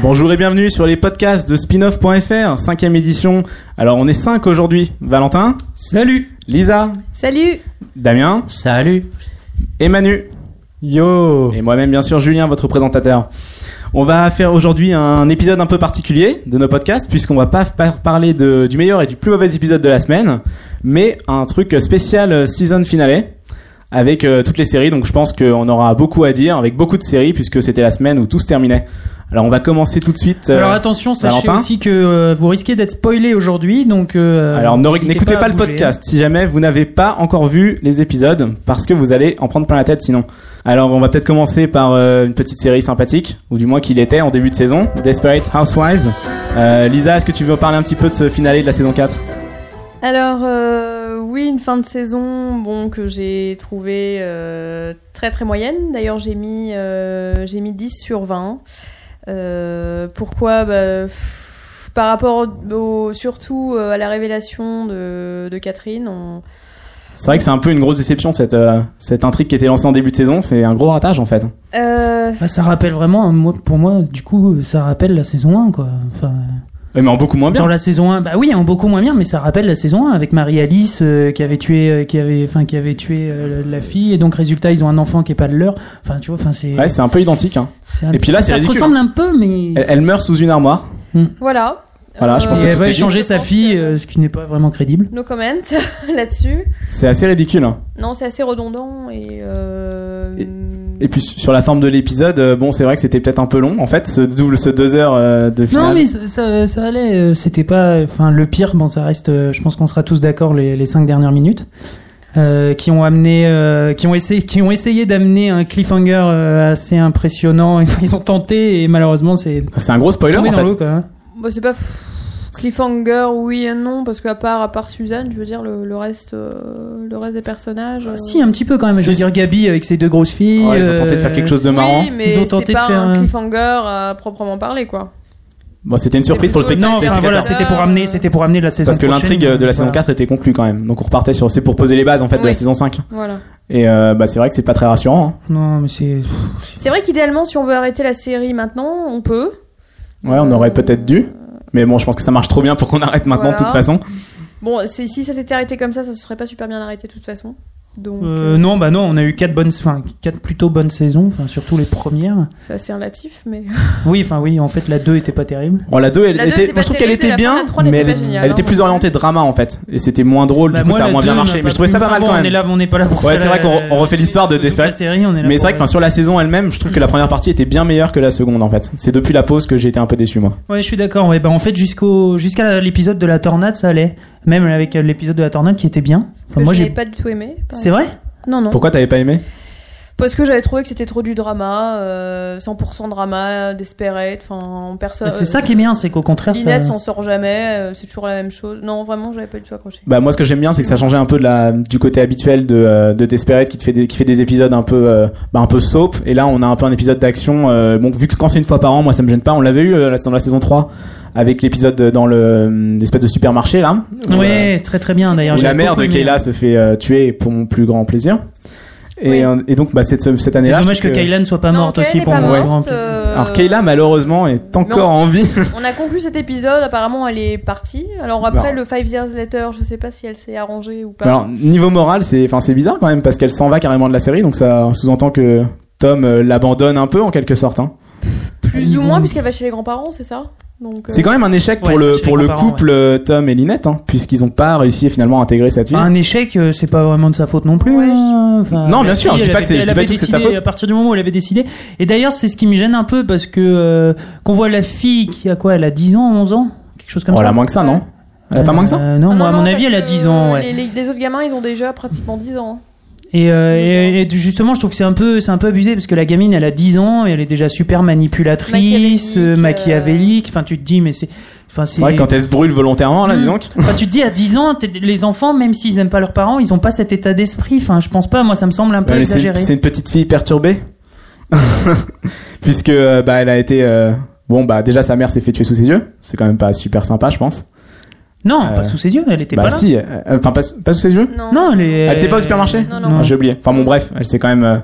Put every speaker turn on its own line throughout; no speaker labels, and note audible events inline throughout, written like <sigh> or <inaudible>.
Bonjour et bienvenue sur les podcasts de spinoff.fr, cinquième édition. Alors on est cinq aujourd'hui. Valentin,
Salut
Lisa,
Salut
Damien
Salut
et Manu.
Yo
Et moi-même, bien sûr, Julien, votre présentateur. On va faire aujourd'hui un épisode un peu particulier de nos podcasts, puisqu'on va pas par- parler de- du meilleur et du plus mauvais épisode de la semaine, mais un truc spécial euh, season finale avec euh, toutes les séries. Donc je pense qu'on aura beaucoup à dire, avec beaucoup de séries, puisque c'était la semaine où tout se terminait. Alors on va commencer tout de suite. euh,
Alors attention, sachez
Valentin
aussi que euh, vous risquez d'être spoilé aujourd'hui, donc... euh,
alors n'aurez-
n'hésitez
n'écoutez
à
pas, le
bouger. hein.
podcast si jamais vous n'avez pas encore vu les épisodes parce que vous allez en prendre plein la tête sinon. Alors on va peut-être commencer par euh, une petite série sympathique ou du moins qu'il était en début de saison, Desperate Housewives. Euh, Lisa, est-ce que tu veux parler un petit peu de ce finale de la saison 4
Alors, euh, oui, une fin de saison bon, que j'ai trouvée euh, très très moyenne. D'ailleurs, j'ai mis, euh, j'ai mis 10 sur 20. Euh, pourquoi Bah, pff, Par rapport au- surtout euh, à la révélation de, de Catherine, on-
C'est vrai que c'est un peu une grosse déception cette euh, cette intrigue qui était lancée en début de saison, c'est un gros ratage en fait.
Euh,
Bah, ça rappelle vraiment, un mo- pour moi, du coup, ça rappelle la saison 1, quoi. Enfin,
Ouais, mais en beaucoup moins bien.
dans la saison 1, bah oui, en beaucoup moins bien, mais ça rappelle la saison 1 avec Marie-Alice euh, qui avait tué, euh, qui avait, enfin, qui avait tué euh, la fille, et donc résultat, ils ont un enfant qui est pas de leur. Enfin, tu vois, enfin, c'est.
Ouais, c'est un peu identique. hein.
c'est un
et puis là, c'est
ça se
ridicule.
ressemble un peu, mais.
Elle, elle meurt sous une armoire.
voilà. Euh,
Voilà, je pense
Et
que
elle
tout
va
est dit.
échanger sa fille,
nos
euh, ce qui n'est pas vraiment crédible.
No comment <laughs> là-dessus.
C'est assez ridicule. hein.
Non, c'est assez redondant et. euh,
Et puis sur la forme de l'épisode, euh, bon, c'est vrai que c'était peut-être un peu long en fait, ce double, ce deux heures euh, de finale.
Non, mais ça, ça, ça allait. euh, C'était pas. Enfin, le pire, bon, ça reste. euh, Je pense qu'on sera tous d'accord les, les cinq dernières minutes. euh, qui ont amené, euh, qui ont essayé, qui ont essayé d'amener un cliffhanger euh, assez impressionnant. <laughs> Ils ont tenté et malheureusement c'est
C'est un gros spoiler en
tombé dans
fait.
l'eau quoi. hein.
Bah, c'est pas pff, cliffhanger, oui et non, parce qu'à part, à part Suzanne, je veux dire, le, le reste, euh, le reste des personnages. euh,
Si un petit peu quand même. Je veux
Si,
dire Gabi avec ses deux grosses filles. euh,
Ouais, ils ont tenté de faire quelque chose de
oui,
marrant.
mais
Ils ont
c'est
tenté de
pas
faire
un
un-
cliffhanger euh, à proprement parler, quoi.
Bon, c'était une surprise pour le
plutôt
spectateur.
Non,
Peut-être
enfin
que
voilà,
t'as-
c'était pour amener, c'était pour amener la saison.
Parce que
prochaine.
l'intrigue euh, de la saison
Voilà.
4 était conclue quand même. Donc on repartait sur. C'est pour poser les bases en fait de
Oui.
la saison 5.
Voilà.
Et euh, bah, c'est vrai que c'est pas très rassurant. hein.
Non, mais c'est.
C'est vrai qu'idéalement, si on veut arrêter la série maintenant, on peut.
hein. Ouais, on aurait
Euh,
peut-être dû. Mais bon, je pense que ça marche trop bien pour qu'on arrête maintenant de
Voilà.
toute façon.
Bon, c'est- si ça s'était arrêté comme ça, ça se serait pas super bien arrêté de toute façon. Donc,
Euh,
euh,
non, bah non, on a eu quatre bonnes, enfin quatre plutôt bonnes saisons, enfin surtout les premières.
c'est assez relatif, mais. <laughs>
Oui, enfin oui, en fait la 2 était pas terrible.
Bon, la 2, elle
La deux,
était.
c'est
moi, je trouve
pas
qu'elle
terrible,
était
la
bien,
fin, la trois, elle
mais
était
elle,
pas géniale,
elle était
hein,
plus
non
orientée drama en fait. Et c'était moins drôle,
Bah,
du coup
moi,
ça a
la
moins bien
deux
marché.
m'a
Mais je
pas
trouvais ça
plu.
pas mal
Enfin,
quand
bon,
même.
On est là, on n'est pas là pour.
Ouais,
faire
c'est vrai
la-
qu'on re- on refait l'histoire de
toute la
Desperate.
série, on est là
Mais
pour-
c'est vrai que enfin, sur la saison elle-même, je trouve que la première partie était bien meilleure que la seconde en fait. C'est depuis la pause que j'ai été un peu déçu moi.
Ouais, je suis d'accord. Ouais, bah en fait jusqu'au jusqu'à l'épisode de la tornade, ça allait. Même avec euh, l'épisode de la tornade qui était bien. Enfin,
que
moi
je
j'ai.
n'ai pas du tout aimé. par
C'est vrai.
exemple. Non, non.
Pourquoi t'avais pas aimé
Parce que j'avais trouvé que c'était trop du drama, euh, 100% drama, desperate, enfin, personne.
Bah, C'est ça qui est bien, c'est qu'au contraire.
Linette
ça...
s'en sort jamais, euh, c'est toujours la même chose. Non, vraiment, j'avais pas du tout accroché.
Bah moi ce que j'aime bien c'est que ça changeait un peu de la du côté habituel de, euh, de Desperate qui te fait des, qui fait des épisodes un peu euh, bah, un peu soap et là on a un peu un épisode d'action euh, bon vu que quand c'est une fois par an moi ça me gêne pas on l'avait eu euh, dans la saison 3 avec l'épisode de- dans le euh, l'espèce de supermarché là où, euh,
Ouais, très très bien d'ailleurs.
où la
j'avais
mère de
beaucoup aimé.
Kayla se fait euh, tuer pour mon plus grand plaisir et,
Oui.
euh, et donc bah cette cette
C'est
année là
dommage que, Kayla ne soit pas
Non,
morte
Kayla
aussi
n'est
pour
pas
mon
morte,
grand.
euh,
alors Kayla malheureusement est encore en vie
On a conclu cet épisode, apparemment elle est partie. Alors après
Bah.
Non.
le Five Years Later, je sais pas si elle s'est arrangée ou pas.
Alors, niveau moral, c'est enfin c'est bizarre quand même parce qu'elle s'en va carrément de la série, donc ça sous-entend que Tom euh, l'abandonne un peu en quelque sorte. hein.
Plus
Ils
ou
vont-
moins, puisqu'elle va chez les grands-parents, c'est ça Donc, euh,
C'est quand même un échec pour
Ouais,
le
chez les
pour le
grands-parents,
couple euh, Tom et Lynette, hein, puisqu'ils n'ont pas réussi finalement à intégrer cette fille.
Un échec, euh, c'est pas vraiment de sa faute non plus.
Ouais, je-
hein. Enfin,
Non, bien
la
sûr, je
fille,
dis pas
elle
que c'est- je
avait-
dis pas
elle
du tout que c'est sa
avait décidé
faute.
À partir du moment où elle avait décidé. Et d'ailleurs, c'est ce qui me gêne un peu parce que euh, qu'on voit la fille qui a quoi Elle a 10 ans, 11 ans Quelque chose comme
oh, elle
ça.
a moins que ça, non Elle a pas
Euh,
moins que ça
Non,
ah
moi, à mon
parce
avis, elle a
que
10 ans. ouais.
Les, les- les autres gamins, ils ont déjà pratiquement 10 ans. hein.
Et, euh, et- et justement, je trouve que c'est un peu, c'est un peu abusé parce que la gamine, elle a 10 ans et elle est déjà super manipulatrice,
Machiavélique,
euh,
euh,
machiavélique. Enfin, tu te dis, mais c'est, enfin,
C'est vrai que quand elle se brûle volontairement
Mmh,
là, dis donc.
Enfin, tu te dis à 10 ans, t'es- les enfants, même s'ils aiment pas leurs parents, ils ont pas cet état d'esprit. Enfin, je pense pas. Moi, ça me semble un peu
Ouais, mais euh, c'est
exagéré.
une- c'est une petite fille perturbée, <laughs> puisque euh, bah elle a été euh, bon bah déjà sa mère s'est fait tuer sous ses yeux, c'est quand même pas super sympa, je pense.
Non,
Euh,
pas sous ses yeux. Elle était
Bah
pas là.
si, euh, enfin pas, pas sous ses yeux.
Non.
Non, elle est.
Elle était pas au supermarché
Non, non.
Ah, J'ai oublié. Enfin bon, bref, elle s'est quand même. euh,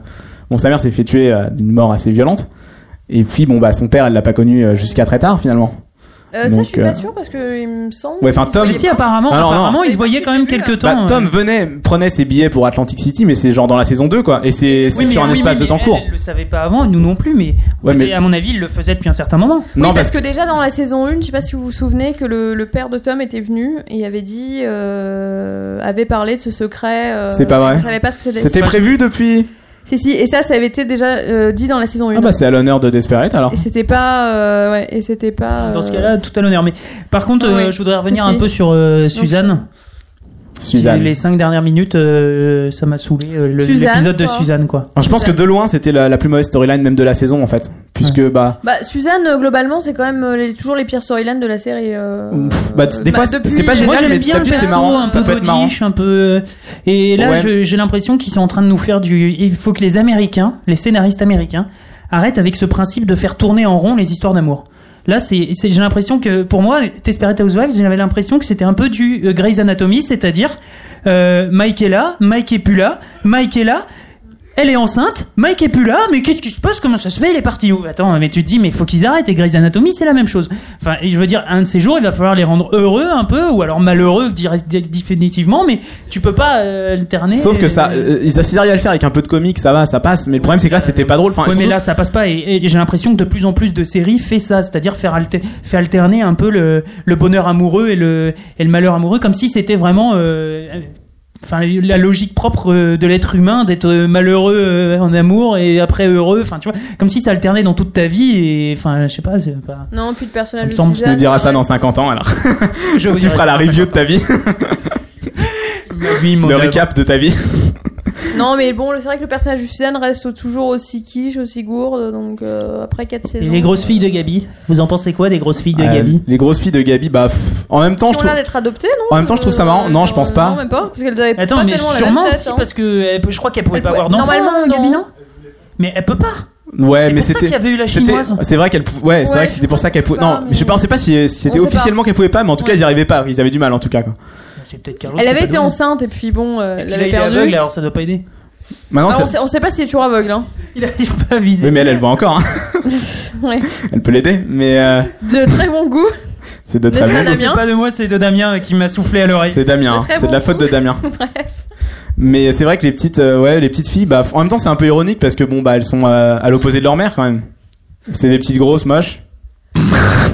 Bon, sa mère s'est fait tuer euh, d'une mort euh, assez violente. Et puis, bon, bah, son père, elle l'a pas connu euh, jusqu'à très tard, finalement.
Euh, ça,
Donc,
je suis
euh,
pas sûre parce que il me semble.
Ouais, enfin,
qu'il
Tom-
Mais
voyait
si,
pas.
apparemment,
Alors, non.
apparemment, il se
Mais
voyait
depuis
quand
le
même
début,
quelques
Bah,
temps.
Tom
euh,
venait, prenait ses billets pour Atlantic City, mais c'est genre dans la saison 2, quoi. Et c'est c'est
oui,
sur
mais-
un
oui,
espace
mais
de temps
elle,
court.
Elle le savait pas avant, nous non plus, mais,
Ouais, mais-
à mon avis, il le faisait depuis un certain moment.
Oui,
Non,
parce que déjà dans la saison 1, je sais pas si vous vous souvenez que le, le père de Tom était venu et avait dit, euh, avait parlé de ce secret. euh,
C'est pas vrai.
On savait pas ce que c'était.
c'était
pas-
prévu depuis.
Si, si, et ça, ça avait été déjà euh, dit dans la saison 1.
Ah, bah, c'est à l'honneur de Desperate, alors.
Et c'était pas. euh, ouais, et c'était pas.
Dans ce
euh,
cas-là, tout à l'honneur. Mais par contre,
Ah
euh,
oui.
je voudrais revenir
Si,
un
si.
peu sur euh, Suzanne.
Suzanne.
Les cinq dernières minutes, euh, ça m'a saoulé. euh, le-
Suzanne,
L'épisode de
quoi.
Suzanne, quoi.
Alors, je pense que de loin, c'était la, la plus mauvaise storyline même de la saison, en fait. Puisque, bah.
Bah, Suzanne, euh, globalement, c'est quand même euh, les- toujours les pires storylines de la série. euh,
Pff, bah, des fois, c'est-
depuis-
c'est pas
Moi
génial, mais
j'aime bien le
d'habitude,
perso,
c'est marrant.
un
Ça
peu
peut être marrant.
godiche, un peu. euh, Et là,
Ouais.
je- j'ai l'impression qu'ils sont en train de nous faire du. Il faut que les Américains, les scénaristes américains, arrêtent avec ce principe de faire tourner en rond les histoires d'amour. Là, c'est, c'est- j'ai l'impression que, pour moi, Desperate Housewives, j'avais l'impression que c'était un peu du euh, Grey's Anatomy, c'est-à-dire euh, Mike est là, Mike est plus là, Mike est là. Elle est enceinte, Mike est plus là, mais qu'est-ce qui se passe Comment ça se fait Il est parti où Attends, mais tu te dis, mais faut qu'ils arrêtent. Et Grey's Anatomy, c'est la même chose. Enfin, et je veux dire, un de ces jours, il va falloir les rendre heureux un peu, ou alors malheureux dire- dire- définitivement, mais tu peux pas euh, alterner.
Sauf que ça, euh,
Euh,
ils s'ils arrivent à le faire avec un peu de comique, ça va, ça passe. Mais le problème, c'est que là, c'était pas drôle. Enfin,
ouais, mais
surtout-
là, ça passe pas. Et, et j'ai l'impression que de plus en plus de séries fait ça, c'est-à-dire faire, alter- fait alterner un peu le, le bonheur amoureux et le, et le malheur amoureux, comme si c'était vraiment. euh, euh, Enfin, la logique propre euh, de l'être humain d'être euh, malheureux euh, en amour et après heureux, enfin tu vois, comme si ça alternait dans toute ta vie et enfin je sais pas, c'est
<laughs>
pas.
Non, puis le personnage
Ça me
de
semble-
Tu nous
Suzanne.
diras
c'est
ça
vrai.
dans 50 ans, alors.
Je
tu feras la review de ta vie,
Oui, mon
le
œuvre.
récap de ta vie.
Non, mais bon, c'est vrai que le personnage de Suzanne reste toujours aussi quiche, aussi gourde. Donc euh, après 4
Et
saisons.
les grosses
euh,
filles de Gabi, vous en pensez quoi des grosses filles de Gabi
Euh, Les grosses filles de Gabi, bah, pff, en même temps,
Qui
je
ont
trouve.
l'air d'être adoptées, non
En même temps, je trouve ça marrant. Non, je pense pas.
Non, même pas, parce qu'elles avaient
Attends,
pas
mais
tellement la
sûrement
même tête,
aussi
hein.
parce que elle peut- je crois qu'elle pouvait
Elle
pas
peut-
avoir d'enfant.
normalement,
hein, Gabi,
non.
non Mais elle peut pas.
Ouais,
c'est
mais
pour ça qu'il y
c'était.
avait eu la
c'était-
chinoise.
C'est vrai qu'elle pouvait. Ouais, c'est
Ouais,
vrai que
je
c'était pour ça qu'elle pouvait.
crois
Non,
pas, mais-
je pensais pas si, si c'était
On sait pas.
officiellement qu'elle pouvait pas, mais en tout cas,
Ouais.
ils y arrivaient pas. Ils avaient du mal, en tout cas. quoi.
Ah, C'est peut-être Carlos
Elle
qui a
avait
pas
été
donné.
enceinte et puis bon, euh,
Et
elle
puis là,
l'avait
il est
perdu.
aveugle, alors ça doit pas aider.
Maintenant,
Alors, Ah, on,
c'est.
sait, on sait pas s'il est toujours aveugle. Hein. <laughs>
Il arrive pas à viser.
Oui, mais elle, elle voit encore. hein. <laughs>
Ouais.
Elle peut l'aider, mais euh,
De très bon <laughs> goût.
c'est de très
N'est-ce
bon.
pas,
goût.
C'est
Damien
pas de moi, c'est de Damien qui m'a soufflé à l'oreille.
C'est Damien,
De
hein.
très
c'est de
bon
la faute de
goût.
Damien. Mais c'est vrai que les petites, euh, ouais, les petites filles, bah, f- en même temps, c'est un peu ironique parce que bon, bah, elles sont euh, à l'opposé de leur mère quand même. C'est des petites grosses moches.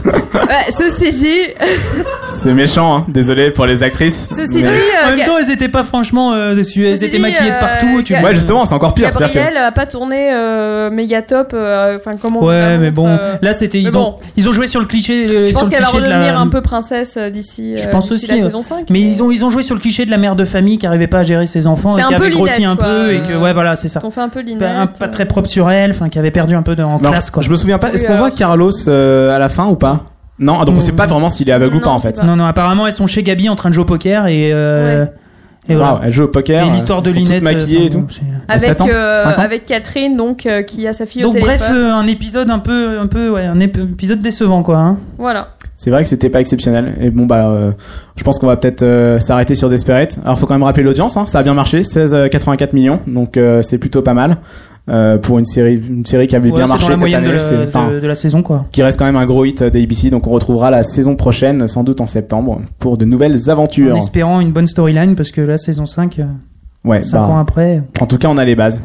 Ouais, ceci dit,
C'est méchant, hein. désolé pour les actrices.
ceci dit,
Mais-
euh,
En même
Ga-
temps, elles étaient pas franchement euh, dessus. Elles
Ceci
étaient
dit,
maquillées de
euh,
partout. Tu
Ga-
vois.
Ouais, justement, c'est encore pire. c'est-à-dire
Gabriel a pas tourné euh, méga top. euh, Enfin, comment on la
Ouais, mais
montre,
bon,
euh,
là c'était
mais
ils ont
bon.
ils ont joué sur le cliché.
Je
euh, sur
pense
le
qu'elle va
cliché de la-
redevenir un peu princesse euh, d'ici
Je
euh,
pense
d'ici
aussi,
la
ouais.
saison 5.
Mais ils ont ils ont joué sur le cliché de la mère de famille qui arrivait pas à gérer ses enfants
C'est
et
un
qui
peu
avait grossi
Lynette,
un
quoi,
peu et que
euh,
ouais voilà c'est ça.
On fait un peu linette.
Pas, un- pas très propre sur elle, enfin qui avait perdu un peu de, en
que- Non,
classe quoi.
je me souviens pas. Est-ce
Oui,
qu'on voit
alors.
Carlos euh, à la fin ou pas Non, ah, donc on sait pas vraiment s'il est aveugle ou
Non,
pas en
on sait
fait.
pas.
Hmm. Non non apparemment elles sont chez Gabi en train de jouer au poker et euh,
Ouais.
et voilà.
Waouh, elle joue au poker.
Et l'histoire de
elles sont toutes
Linette
maquillées et
enfin,
tout.
bon, c'est-
Bah,
À sept
Avec,
ans,
euh,
cinq ans.
avec Catherine, donc, euh, qui a sa fille au
Donc
téléphone.
bref, euh, un épisode un peu, un peu, ouais, un ép- épisode décevant quoi. hein.
Voilà.
C'est vrai que c'était pas exceptionnel. Et bon, bah, euh, je pense qu'on va peut-être euh, s'arrêter sur Desperate. Alors, faut quand même rappeler l'audience. hein. Ça a bien marché, 16,84 millions. Donc, euh, c'est plutôt pas mal euh, pour une série, une série qui avait
Ouais,
bien
c'est dans
marché
la
cette
moyenne
année.
de la,
c'est- enfin,
de- de la saison quoi.
qui reste quand même un gros hit euh, d'ABC. Donc, on retrouvera la saison prochaine, sans doute en septembre, pour de nouvelles aventures.
En espérant une bonne storyline parce que la saison 5,
Ouais,
5
bah,
ans après.
en tout cas, on a les bases.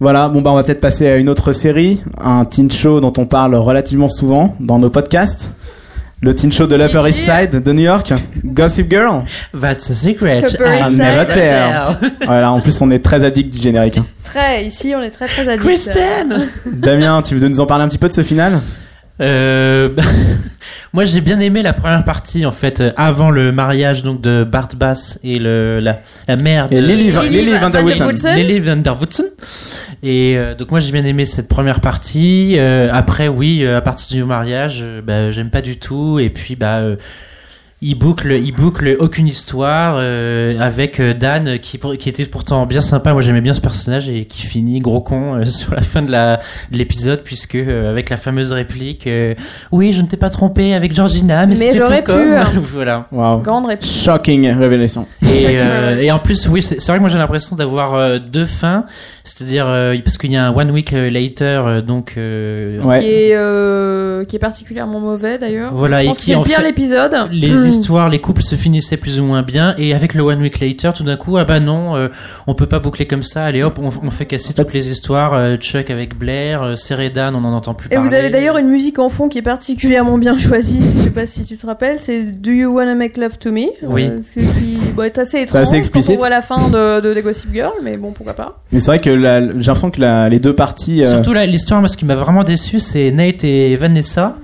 Voilà. Bon, bah, on va peut-être passer à une autre série, un teen show dont on parle relativement souvent dans nos podcasts. Le teen show de l'Upper East Side de New York, Gossip Girl.
That's a secret. Ah,
Copper
I'll
is
never
safe. Voilà, en plus on est très addict du générique. hein.
Très, ici, on est très très addicts.
Kristen
Damien, tu veux nous en parler un petit peu de ce final
Euh, <laughs> bah, Moi j'ai bien aimé la première partie en fait, euh, avant le mariage donc de Bart Bass et le, la, la mère de
Et Lily, Van-
Lily
Lily
Van-
Vander
Van
Wilson.
Woodson. Woodson.
Lily Van Der Woodson. Et euh, donc moi j'ai bien aimé cette première partie. Euh, après oui, euh, à partir du mariage, euh, bah, j'aime pas du tout. Et puis bah euh, il boucle, il boucle aucune histoire euh, avec euh, Dan qui, pour- qui était pourtant bien sympa. Moi j'aimais bien ce personnage et qui finit gros con euh, <laughs> sur la fin de la- de l'épisode puisque euh, avec la fameuse réplique euh, Oui, je ne t'ai pas trompé avec Georgina, mais,
Mais
c'était
j'aurais
ton com.
pu, hein.
<laughs> voilà.
Waouh.
Grande réponse.
Shocking révélation.
Et, euh, et en plus, oui, c'est c'est vrai que moi j'ai l'impression d'avoir euh, deux fins, c'est-à-dire euh, parce qu'il y a un One Week Later, euh, donc euh,
Qui,
Ouais.
est, euh, qui est particulièrement mauvais d'ailleurs.
voilà,
Je
et
pense que
qui
c'est le
en
pire
fait-
l'épisode.
les
Mm.
histoires, les couples se finissaient plus ou moins bien, et avec le One Week Later, tout d'un coup, ah bah non, euh, on peut pas boucler comme ça, allez hop, on, on fait casser
fait,
toutes les histoires, euh, Chuck avec Blair, euh, Seredan, on n'en entend plus
Et
parler.
vous avez d'ailleurs une musique en fond qui est particulièrement bien choisie. Je sais pas si tu te rappelles, c'est Do You Wanna Make Love to Me
Oui.
Euh, c'est qui bon, est
<laughs>
assez
C'est
étrange.
assez explicite.
Quand on voit la fin de, de, des Gossip Girl, mais bon, pourquoi pas.
Mais c'est vrai que la- j'ai l'impression que la- les deux parties. euh,
Surtout là, l'histoire, moi, ce qui m'a vraiment déçu, c'est Nate et Vanessa.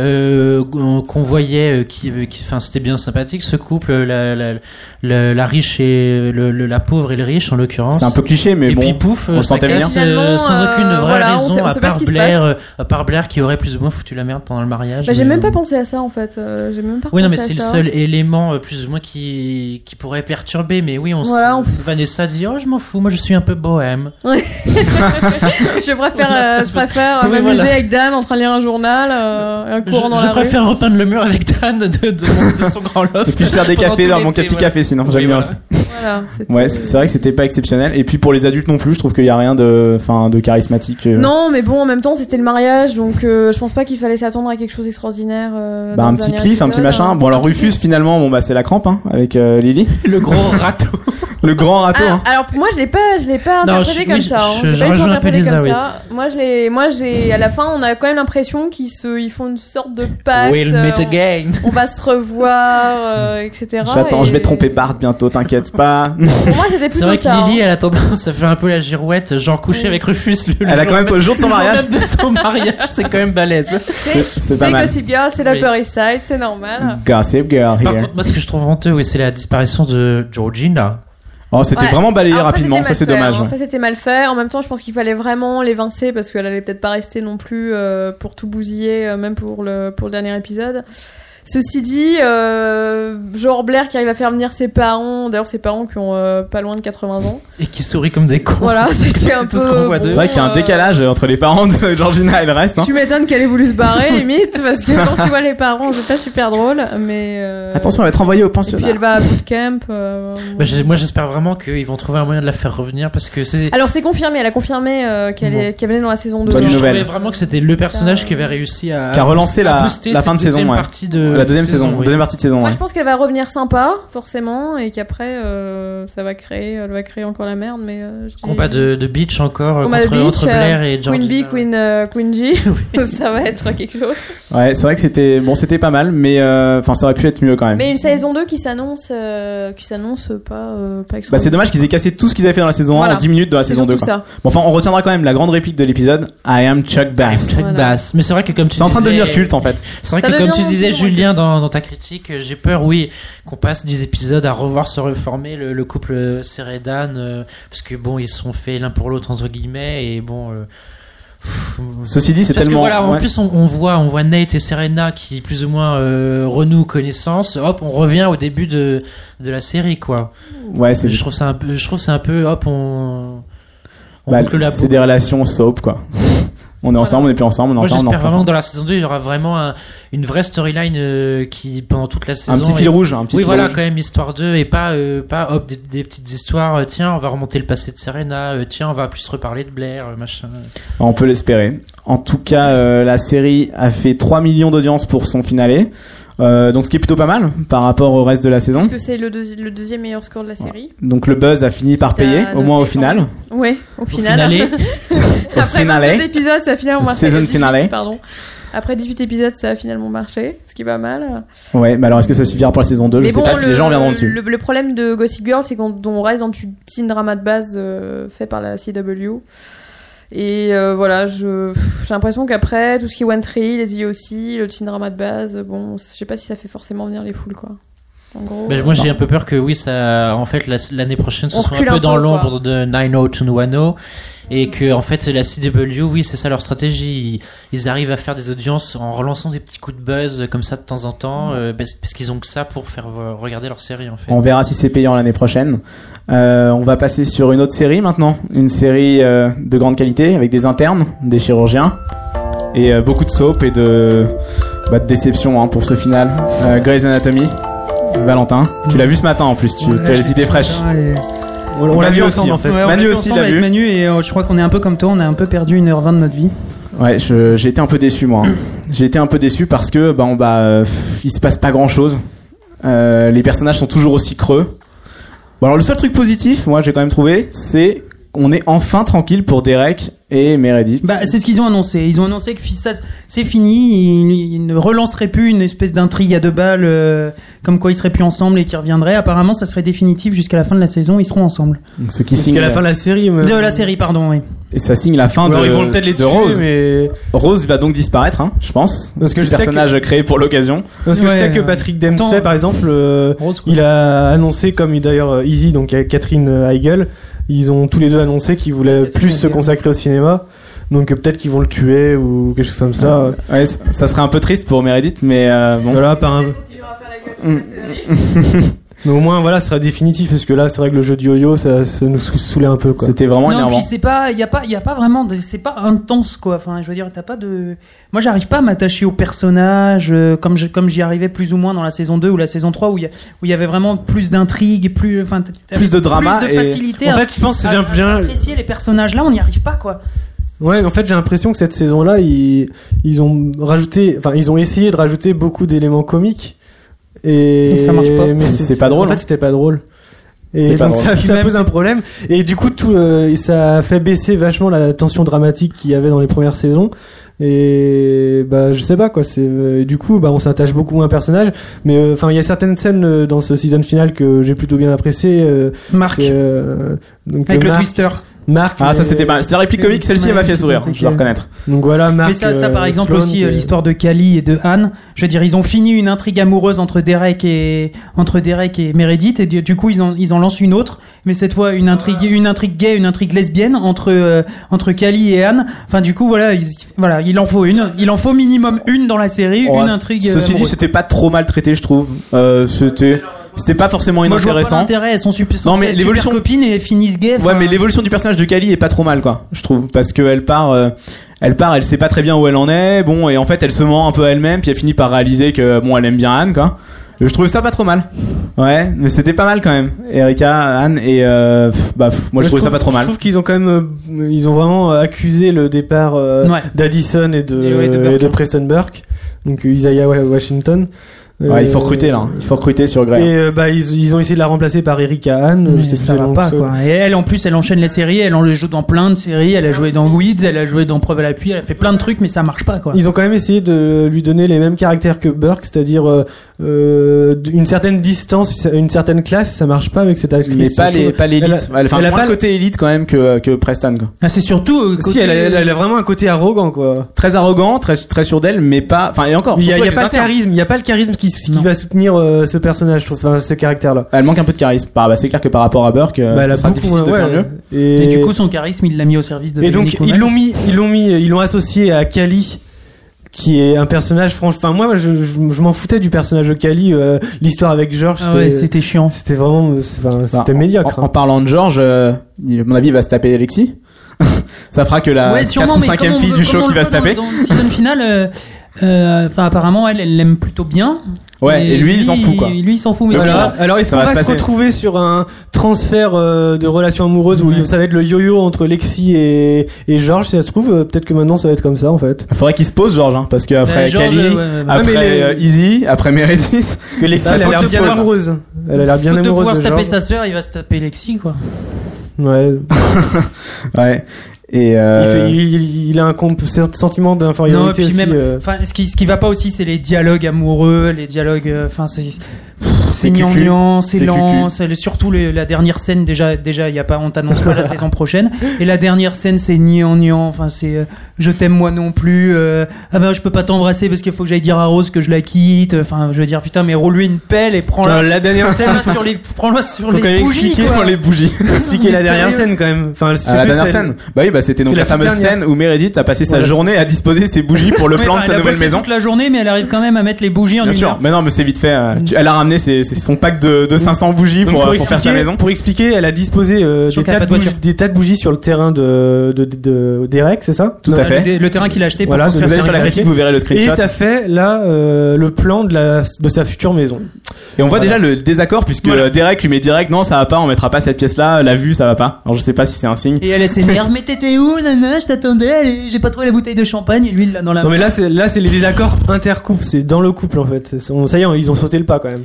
euh, qu'on qu'on voyait euh, qui euh, qui- enfin c'était bien sympathique ce couple euh, la la, la, la riche et le, le- la pauvre et le riche en l'occurrence
c'est un peu cliché, mais
et
bon.
puis pouf
on
euh,
le
ça
sentait
casse
bien. Finalement,
euh, sans
euh,
aucune vraie
voilà, on
raison
sait- on
à
sait pas
part
ce qui se
Blair
passe.
euh, à part Blair qui aurait plus ou moins foutu la merde pendant le mariage
Bah, j'ai
mais- euh,
même pas pensé à ça en fait. Euh, J'ai même pas
oui, non, mais
pensé à
c'est le
ça.
seul élément euh, plus ou moins qui, qui pourrait perturber. Mais oui, on s-
Voilà, on-
Vanessa dit Oh, je m'en fous, moi je suis un peu bohème.
je
<laughs>
préfère, euh,
Voilà, ça
je
se passe.
préfère
Oui,
m'amuser
voilà.
avec Dan en train de lire un journal, euh, un
Je,
courant dans
je
la rue.
préfère repeindre le mur avec Dan de, de, de- de son grand loft.
Et puis je
<laughs>
sers des
pendant
cafés
tout
dans mon
l'été,
petit
voilà.
café, sinon
Oui,
j'aime bien
voilà.
aussi.
Voilà, c'était-
Ouais, c'est c'est vrai que c'était pas exceptionnel. Et puis pour les adultes non plus, je trouve qu'il y a rien de, enfin, de charismatique. euh.
Non, mais bon, en même temps, c'était le mariage, donc euh, je pense pas qu'il fallait s'attendre à quelque chose d'extraordinaire. euh,
Bah,
dans
un
le
petit
dernier
cliff, un petit
épisode,
machin.
hein.
Bon, alors Rufus, finalement, bon, bah, c'est la crampe, hein, avec euh, Lily.
Le gros râteau. <laughs>
Le grand râteau,
Ah,
hein.
alors pour moi je l'ai pas je l'ai pas
Non,
interprété
je-
comme
oui,
ça. hein.
je-
J'ai
je
pas été
rejoins un peu
interprété
Lisa,
comme
oui.
ça. Moi je l'ai moi j'ai à la fin on a quand même l'impression qu'ils se ils font une sorte de pacte.
We'll
euh,
meet
on-
again.
on, va se revoir euh, etc.
J'attends,
et-
je vais tromper Bart bientôt, t'inquiète pas. <laughs>
Pour moi c'était
C'est
plutôt
vrai
ça.
que Lily,
hein.
elle a tendance à faire un peu la girouette, genre coucher avec Rufus. Le,
Elle
le
a
jour
quand même le jour
<laughs>
de son
le jour
mariage.
même de son mariage, c'est quand même balèze.
C'est c'est pas
C'est
mal.
Gossip Girl, c'est
Oui. Mm.
l'Upper East Side, c'est normal.
Gossip Girl
Par
here.
contre, moi, ce que je trouve honteux, oui, c'est la disparition de Georgina.
Oh, c'était
Ouais.
vraiment balayé
Alors,
rapidement,
c'était
ça c'est
mal fait,
dommage.
hein.
ouais.
Ça c'était mal fait. En même temps, je pense qu'il fallait vraiment l'évincer parce qu'elle allait peut-être pas rester non plus euh, pour tout bousiller, euh, même pour le, pour le dernier épisode. Ceci dit, euh, genre Blair qui arrive à faire venir ses parents, d'ailleurs ses parents qui ont euh, pas loin de
<laughs>
80 ans.
Et qui sourit comme des cons.
Voilà, c'était un
tout ce qu'on
peu
voit d'eux.
C'est vrai qu'il y a un
euh,
décalage entre les parents
<laughs>
de Georgina et le reste. hein.
Tu m'étonnes qu'elle ait voulu
<laughs>
se barrer limite parce que quand tu vois les parents, c'est pas super drôle, mais euh,
Attention, elle va être envoyée au
Et puis
pensionnat.
elle va à bootcamp. euh,
<laughs> Bah,
bon.
j'ai- moi j'espère vraiment qu'ils vont trouver un moyen de la faire revenir parce que c'est.
Alors c'est confirmé, elle a confirmé euh, qu'elle
Bon.
est qu'elle venait dans la saison 2.
Bonne
parce que je
nouvelle.
trouvais vraiment que c'était le personnage qui avait réussi à.
Qui a relancé
à
la-
booster
la
cette
fin de
deuxième
saison, ouais.
partie de
La deuxième saison,
oui.
deuxième partie de saison.
Moi,
ouais.
je pense qu'elle va revenir sympa, forcément, et qu'après, euh, ça va créer, elle va créer encore la merde, mais. euh, je dis-
Combat de, de beach encore euh,
Combat de
contre,
beach,
entre Blair et Georgina.
Queen
Ah
B, Queen, euh, Queen G,
<laughs>
<laughs> ça va être quelque chose.
Ouais, c'est vrai que c'était bon, c'était pas mal, mais euh, enfin, ça aurait pu être mieux quand même.
Mais une saison 2 qui s'annonce, euh, qui s'annonce pas, euh, pas
Bah, c'est dommage qu'ils aient cassé tout ce qu'ils avaient fait dans la saison 1
Voilà.
en 10 minutes dans la
C'est
saison 2.
surtout
quoi.
ça.
Bon, enfin, on retiendra quand même la grande réplique de l'épisode I am Chuck Bass.
Cette
Voilà.
basse. Mais c'est vrai que comme tu
C'est en train de
disais-
devenir culte hein. en fait.
C'est vrai
Ça
que comme
devient
tu
un
disais
petit peu
Julien dans, dans ta critique, euh, j'ai peur, oui, qu'on passe des épisodes à revoir se reformer le, le couple euh, Seredan euh, parce que bon, ils se sont faits l'un pour l'autre entre guillemets et bon. euh, pff,
Ceci dit, c'est
Parce que
tellement.
voilà, en
ouais.
plus on, on voit, on voit Nate et Serena qui plus ou moins euh, renouent connaissance. Hop, on revient au début de, de la série quoi.
Ouais, c'est
Je trouve ça un peu, je trouve ça un peu, hop, on, on
bah,
boucle la
c'est
boucle.
des relations soap quoi. <laughs> On est ensemble, on est plus ensemble, on est
Moi
ensemble, on est
j'espère
plus
vraiment que
ensemble.
dans la saison 2 il y aura vraiment un- une vraie storyline euh, qui pendant toute la saison.
Un petit
et-
fil rouge, un petit
oui,
fil
voilà,
rouge.
quand même, histoire 2 et pas, euh, pas hop, des, des petites histoires. euh, tiens, on va remonter le passé de Serena. euh, tiens, on va plus reparler de Blair, euh, machin.
On peut l'espérer. En tout cas, euh, la série a fait 3 millions d'audiences pour son finale. Euh, donc ce qui est plutôt pas mal par rapport au reste de la saison.
Parce que c'est le, deuxi- le deuxième meilleur score de la série.
Donc le buzz a fini par
T'as
payer, au
noté
moins au
quand
final.
Ouais, au
Au
final. <laughs>
finalé,
Au
Après
finalé.
22 épisodes, ça a finalement marché. <laughs>
Saison
18,
finale.
Pardon. Après 18 épisodes, ça a finalement marché, ce qui est pas mal.
Ouais, mais alors est-ce que ça suffira pour la saison 2 Je
Mais
sais
bon,
pas si les gens viendront
le-
dessus.
Le, le problème de Gossip Girl, c'est qu'on on reste dans du teen drama de base euh, fait par la CW. Et euh, voilà, je- pff, j'ai l'impression qu'après, tout ce qui est One Tree, les IOC, le teen drama de base, euh, bon, je sais pas si ça fait forcément venir les foules, quoi. En gros,
Ben, moi j'ai un peu peur que oui ça en fait la- l'année prochaine ce
On
soit un
recule
peu,
un peu,
dans
quoi.
l'ombre de 90210 et que en fait la CW oui c'est ça leur stratégie ils, ils arrivent à faire des audiences en relançant des petits coups de buzz euh, comme ça de temps en temps euh, parce, parce qu'ils ont que ça pour faire euh, regarder leur série en fait.
On verra si c'est payant l'année prochaine. Euh, on va passer sur une autre série maintenant, une série euh, de grande qualité avec des internes, des chirurgiens et euh, beaucoup de soap et de, bah, de déception hein, pour ce final. Euh, Grey's Anatomy, Valentin, tu l'as vu ce matin en plus, tu, tu as les idées fraîches.
On,
l'a vu ensemble, en fait.
on
Manu
l'a vu
aussi
ensemble
l'a
avec
vu.
Manu et euh, je crois qu'on est un peu comme toi, on a un peu perdu 1h20 de notre vie.
Ouais, je- j'ai été un peu déçu
<clears throat>
moi. hein. J'ai été un peu déçu parce que bah, on- bah, euh, pff, il se passe pas grand chose. les personnages sont toujours aussi creux. Bon, alors le seul truc positif, moi j'ai quand même trouvé, c'est qu'on est enfin tranquille pour Derek et Meredith.
Bah, c'est ce qu'ils ont annoncé. Ils ont annoncé que fi- ça, c'est fini. Ils, ils ne relanceraient plus une espèce d'intrigue à deux balles, euh, comme quoi ils seraient plus ensemble et qu'ils reviendraient. Apparemment, ça serait définitif jusqu'à la fin de la saison. Ils seront ensemble.
ce qui signe
Jusqu'à la fin de la série. mais-
De la série, pardon. Oui.
et ça signe la fin
Alors,
de,
ils vont peut-être les
de
tuer,
Rose.
mais
Rose va donc disparaître, hein, je pense.
Parce que
Petit
je sais
personnage créé pour l'occasion.
parce que
Ouais,
je sais que
ouais.
Patrick Dempsey,
Tant-
par exemple, euh,
Rose,
il a annoncé, comme il- d'ailleurs euh, Easy, donc euh, Catherine euh, Heigl, ils ont tous les deux annoncé qu'ils voulaient
Catherine
plus se
Heigl.
consacrer au cinéma. Donc euh, peut-être qu'ils vont le tuer ou quelque chose comme ça. euh.
Ouais, c- ça serait un peu triste pour Meredith, mais euh, bon.
Voilà, par un-
Mm.
Mais au moins, voilà, ce sera définitif parce que là, c'est vrai que le jeu du yo-yo, ça, ça nous sou- saoulait un peu. Quoi.
C'était vraiment
Non,
énervant.
puis c'est pas, il y a pas, il y a pas vraiment, de- c'est pas intense quoi. Enfin, je veux dire, t'as pas de. Moi, j'arrive pas à m'attacher au personnage euh, comme je, comme j'y arrivais plus ou moins dans la saison 2 ou la saison 3 où il y, a- où il y avait vraiment plus d'intrigue, plus, enfin, t- t'avais
Plus de drama
plus
et-
de facilité.
En
à-
fait, je pense que
à-
j'ai un- j'ai
à
un-
apprécier les personnages là, on n'y arrive pas quoi.
Ouais, mais en fait, j'ai l'impression que cette saison-là, ils, ils ont rajouté, enfin, ils ont essayé de rajouter beaucoup d'éléments comiques. Et
Donc ça marche pas.
Mais
C'est pas drôle,
En
hein.
fait, c'était pas drôle.
C'est
Et
pas
donc
drôle.
ça, ça
Même
pose un problème. Et du coup, tout, euh, ça a fait baisser vachement la tension dramatique qu'il y avait dans les premières saisons. Et bah, je sais pas quoi. C'est euh, du coup, bah, on s'attache beaucoup moins à un personnage. Mais enfin, il y a certaines scènes euh, dans ce season final que j'ai plutôt bien apprécié. euh,
Marc,
c'est, euh, donc,
avec
euh,
le
Marc-
twister.
Marc.
Ah, ça
mais-
c'était pas. C'est la réplique
mais-
comique, celle-ci elle m'a fait
mais-
sourire, je dois reconnaître.
Donc voilà, Marc.
Mais ça, ça, par
euh,
exemple
Sloan,
aussi
qui-
euh, l'histoire de Kali et de Anne. Je veux dire, ils ont fini une intrigue amoureuse entre Derek et entre Derek et Meredith, et du du coup ils en ils en lancent une autre, mais cette fois une intrigue une intrigue gay, une intrigue lesbienne entre euh, entre Kali et Anne. Enfin, du coup voilà, ils- voilà, il en faut une, il en faut minimum une dans la série,
Oh,
une intrigue. euh,
Ceci dit,
amoureuse.
c'était pas trop maltraité, je trouve. Euh, c'était, c'était pas forcément
Moi, je vois pas
inintéressant.
l'intérêt, elles sont super,
Non, mais
censées être
l'évolution-
super copines et elles finissent gay.
Ouais,
enfin, euh,
mais l'évolution du personnage de Kali est pas trop mal, quoi. Je trouve, parce que elle part, euh, elle part, elle sait pas très bien où elle en est. Bon, et en fait, elle se ment un peu à elle-même, puis elle finit par réaliser que bon, elle aime bien Anne, quoi. Et Je trouve ça pas trop mal. Ouais, mais c'était pas mal quand même. Erika, Anne et euh, pff, bah pff, moi je trouvais ça pas trop mal.
Je trouve qu'ils ont quand même, euh, ils ont vraiment euh, accusé le départ euh,
Ouais.
d'Addison et de,
Et ouais, de Burke.
et de Preston Burke, donc euh, Isaiah Wa- Washington. Euh,
Ouais, il faut recruter là, hein. il faut recruter sur Grey.
Et euh, bah ils, ils ont essayé de la remplacer par Erika Hahn.
Mais
je sais
ça
plus
va
le nom
pas
de ce-
quoi. Et elle en plus elle enchaîne les séries, elle en le joue dans plein de séries, elle a joué dans Weeds, elle a joué dans Preuve à l'appui, elle a fait plein de trucs mais ça marche pas quoi.
Ils ont quand même essayé de lui donner les mêmes caractères que Burke, c'est-à-dire euh, euh, une certaine distance, une certaine classe. Ça marche pas avec cette actrice.
mais pas
je trouve.
les, pas l'élite.
Elle a-
Elle, enfin,
elle a
moins
pas
le
le-
côté élite quand même que que Preston, quoi.
Ah, c'est surtout euh,
Si,
côté-
elle a, elle a- elle a vraiment un côté arrogant quoi.
Très arrogant, très très sûr d'elle, mais pas. Enfin, et encore.
Il y
surtout
a, il y a
avec
pas
les
le
internes.
charisme, il y a pas le charisme qui, qui
Non.
va soutenir euh, ce personnage, je trouve, enfin, ce caractère-là.
Elle manque un peu de charisme. Bah, bah, c'est clair que par rapport à Burke, euh,
Bah, elle
ça
a
sera
beaucoup,
difficile de
ouais.
faire mieux.
Et,
Et du coup son charisme il l'a mis au service de
et donc
Dominic
ils
Womack.
l'ont mis, ils l'ont mis, euh, ils l'ont associé à Kali, qui est un personnage franchement. Enfin moi, je, je- je m'en foutais du personnage de Kali. euh, L'histoire avec George,
Ah ouais,
c'était
c'était chiant.
c'était vraiment, euh, c'est- enfin,
Bah,
c'était
en-
médiocre.
En, en
hein.
parlant de Georges, euh, il- à mon avis, il va se taper Alexis. <laughs> ça fera que la
euh,
ouais,
4 ou 5
comme
fille
on-
du
comme
show
on
qui
le
va se
voit dans-
taper.
Dans, le season final euh, euh, enfin apparemment elle elle l'aime plutôt bien.
Ouais,
Mais
et lui, il s'en fout, quoi.
Lui, il s'en fout mais
Le
c'est
climat.
pas
Voilà.
grave.
Alors est-ce
Ça
qu'on
va
va,
se
se
passer.
retrouver sur un transfert euh, de relations amoureuses où
Ouais.
ça va être le yo-yo entre Lexi et, et George si ça se trouve euh, peut-être que maintenant ça va être comme ça en fait
Il faudrait qu'il se pose, Georges, hein, parce qu'après
Euh, George,
Kali,
euh, ouais, ouais, ouais.
après
Ouais, mais les-
euh, Easy, après Meredith.
parce que Lexi
Bah,
elle a
faut
l'air
qu'il se
bien
pose.
amoureuse elle a l'air bien
Faute de
amoureuse
pouvoir
de
se taper
George.
sa sœur, il va se taper Lexi quoi.
ouais
Euh. ouais. Et euh,
Il, fait- il- il a un comp- certain sentiment d'infériorité
Non, et puis
aussi.
même-
euh.
Enfin, ce qui, ce qui va pas aussi, c'est les dialogues amoureux, les dialogues. euh, Enfin, c'est. C'est
cucu.
gnangnan, c'est
C'est
lent,
cucu.
c'est- surtout les- la dernière scène déjà déjà il y a pas on t'annonce pas la saison prochaine et la dernière scène c'est gnangnan, enfin c'est euh, je t'aime moi non plus euh, ah ben je peux pas t'embrasser parce qu'il faut que j'aille dire à Rose que je la quitte enfin je veux dire putain mais roule-lui une pelle et prends-la
la dernière
<laughs>
scène.
prends-la sur les prends-la sur
Faut quand
les
même
bougies
expliquer
quoi.
les bougies.
<laughs>
Expliquer la
Mais
dernière
sérieux.
scène quand même. Enfin, je sais
À la
plus
dernière
celle-
scène Bah oui, bah c'était donc
C'est
la,
la toute
fameuse
dernière.
scène où Meredith a passé sa
Voilà.
journée à disposer ses bougies pour le
Ouais,
plan
enfin,
de
elle
sa
a
nouvelle
bossé
maison.
toute la journée mais elle arrive quand même à mettre les bougies en
Bien
une
sûr,
heure.
mais non, mais c'est vite fait. euh, tu- Elle a ramené ses, ses- son pack de, de 500 bougies
Donc,
pour,
pour Ah,
euh, pour faire sa
expliquer-
maison.
Pour expliquer, elle a disposé euh,
Surtout
des,
qu'elle a
tas de
pas de
bougies,
voiture.
des tas de bougies sur le terrain de de, de, d'Erec, c'est ça
Tout à fait.
Le, le terrain qu'il a acheté pour
Voilà,
Si
construire
vous allez
c'est
sur la
un
critique, vous verrez le screenshot.
Et ça fait là euh, le plan de la de sa future maison.
Et on voit déjà
Voilà.
le désaccord puisque
Voilà.
euh, Derek lui met direct non ça va pas on mettra pas cette pièce là la vue ça va pas alors je sais pas si c'est un signe
Et elle elle s'énerve, mais t'étais où, nana Je t'attendais, allez, j'ai pas trouvé la bouteille de champagne, et lui il l'a dans la
Non
main.
mais là c'est là c'est les désaccords intercouples, c'est dans le couple en fait. C'est- on- ça y est, ils ont sauté le pas quand même.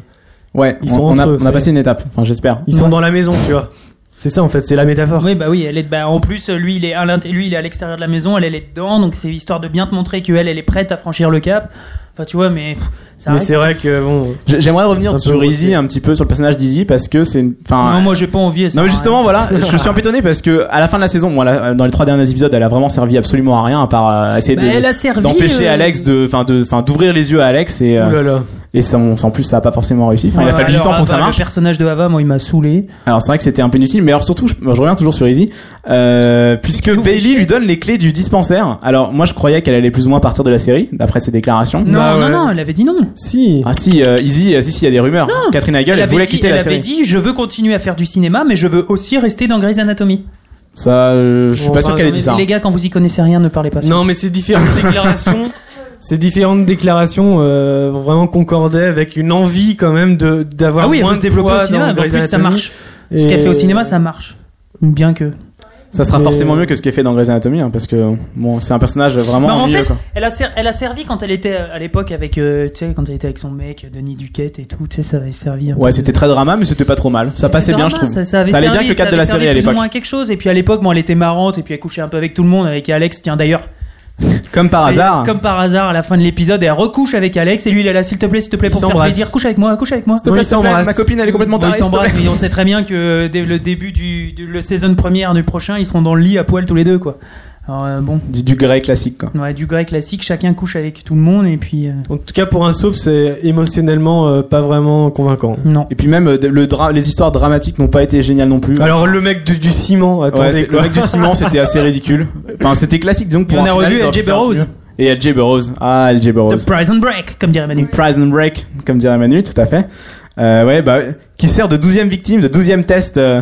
ouais
Ils
on,
sont
on a,
entre eux,
on a
ça
passé une étape enfin j'espère
Ils sont dans la maison, tu vois. C'est ça en fait, c'est la métaphore.
Oui, bah oui, elle est. Bah, en plus, lui il, est à l'int- lui, il est à l'extérieur de la maison, elle, elle est dedans, donc c'est histoire de bien te montrer qu'elle, elle est prête à franchir le cap. Enfin, tu vois, mais. pff, ça
mais
reste-
c'est vrai que bon.
J'ai- j'aimerais revenir
C'est un peu
sur Izzy
grossier.
un petit peu sur le personnage d'Izzy parce que c'est une- enfin
Non, moi j'ai pas envie. ça,
Non mais
hein.
justement voilà, je suis un peu étonné parce que à la fin de la saison, bon, elle a- dans les trois derniers épisodes, elle a vraiment servi absolument à rien à part euh, essayer
Bah,
de-
elle a servi.
d'empêcher
euh,
Alex de enfin de enfin d'ouvrir les yeux à Alex et euh,
Ouh là là.
et ça, on- en plus ça a pas forcément réussi. Enfin, il a
ouais,
fallu du
alors,
temps pour que ça
Ava,
marche. Bah
Le personnage de Hava, moi, il m'a saoulé.
Alors c'est vrai que c'était un peu inutile, mais alors surtout, je, je reviens toujours sur Izzy, euh, puisque
Vous
Bailey
fichez.
lui donne les clés du dispensaire. Alors moi je croyais qu'elle allait plus ou moins partir de la série, d'après ses déclarations.
Non,
Bah,
non,
ouais.
non, elle avait dit non.
Si.
Ah si, euh, Izzy, euh, si si, il y a des rumeurs. Catherine Hagel, elle,
avait
voulait
dit,
quitter
elle
la
avait
série.
dit, je veux continuer à faire du cinéma, mais je veux aussi rester dans Grey's Anatomy.
Ça, euh, je suis
Bon,
pas
enfin,
sûr qu'elle ait dit
Mais
ça.
Les gars, quand vous y connaissez rien, ne parlez pas. ça.
Non mais c'est différentes déclarations. Ces différentes déclarations euh, vraiment concordaient avec une envie quand même de d'avoir
Ah oui, elle
moins
veut se
de
développer
poids
au cinéma.
dans
donc En
Grey's
plus, ça
Anatomy.
marche.
Et-
Ce qu'elle fait au cinéma, ça marche. Bien que.
Ça sera
Mais-
forcément mieux que ce qui est fait dans Grey's Anatomy, hein, parce que bon, c'est un personnage vraiment
Bah, en
ennuyeux,
fait,
quoi.
Elle a, ser- elle a servi quand elle était à l'époque avec, euh, tu sais, quand elle était avec son mec, Denis Duquette et tout, tu sais, ça avait servi. un peu
Ouais,
de-
c'était très drama, mais c'était pas trop mal. Ça
C'était
passait bien,
drama,
je trouve.
Ça, avait
allait
servi,
bien que le cadre
ça
de la
avait
série
servi
à
plus ou
l'époque.
moins à quelque chose. Et puis à l'époque, bon, elle était marrante. Et puis elle couchait un peu avec tout le monde, avec Alex. Tiens, d'ailleurs,
Comme par
elle-
hasard.
comme par hasard, à la fin de l'épisode, elle recouche avec Alex. Et lui, il est là, s'il te plaît, s'il te plaît,
Ils
pour me faire
s'embrassent.
plaisir, couche avec moi, couche avec moi.
S'il te plaît,
Oui,
s'il te plaît,
s'embrasse.
Ma copine, elle est complètement
Bon,
tarée.
ils
s'il te
s'embrassent,
plaît.
mais on sait très bien que euh, dès le début du, du- le saison première du prochain, ils seront dans le lit à poil tous les deux, quoi. Alors euh, bon,
Du, du Grey classique, quoi.
ouais, du grec classique, chacun couche avec tout le monde et puis euh,
En tout cas, pour un soap, c'est émotionnellement euh, pas vraiment convaincant.
non.
Et puis même euh, le dra- les histoires dramatiques n'ont pas été géniales non plus.
Alors le mec du, du ciment,
Ouais,
attendez,
c'est-
quoi.
le mec du ciment, c'était assez ridicule. Enfin, c'était classique, donc
Et
pour
on
un
a
final,
revu
ça aurait
LJ
pu faire
Burroughs,
mieux. Et LJ Burroughs. Ah, LJ
The
Burroughs.
Prison Break, comme dirait Manu.
Prison Break, comme dirait Manu, tout à fait. Euh, ouais, bah, qui sert de 12 e victime, de 12 e test euh,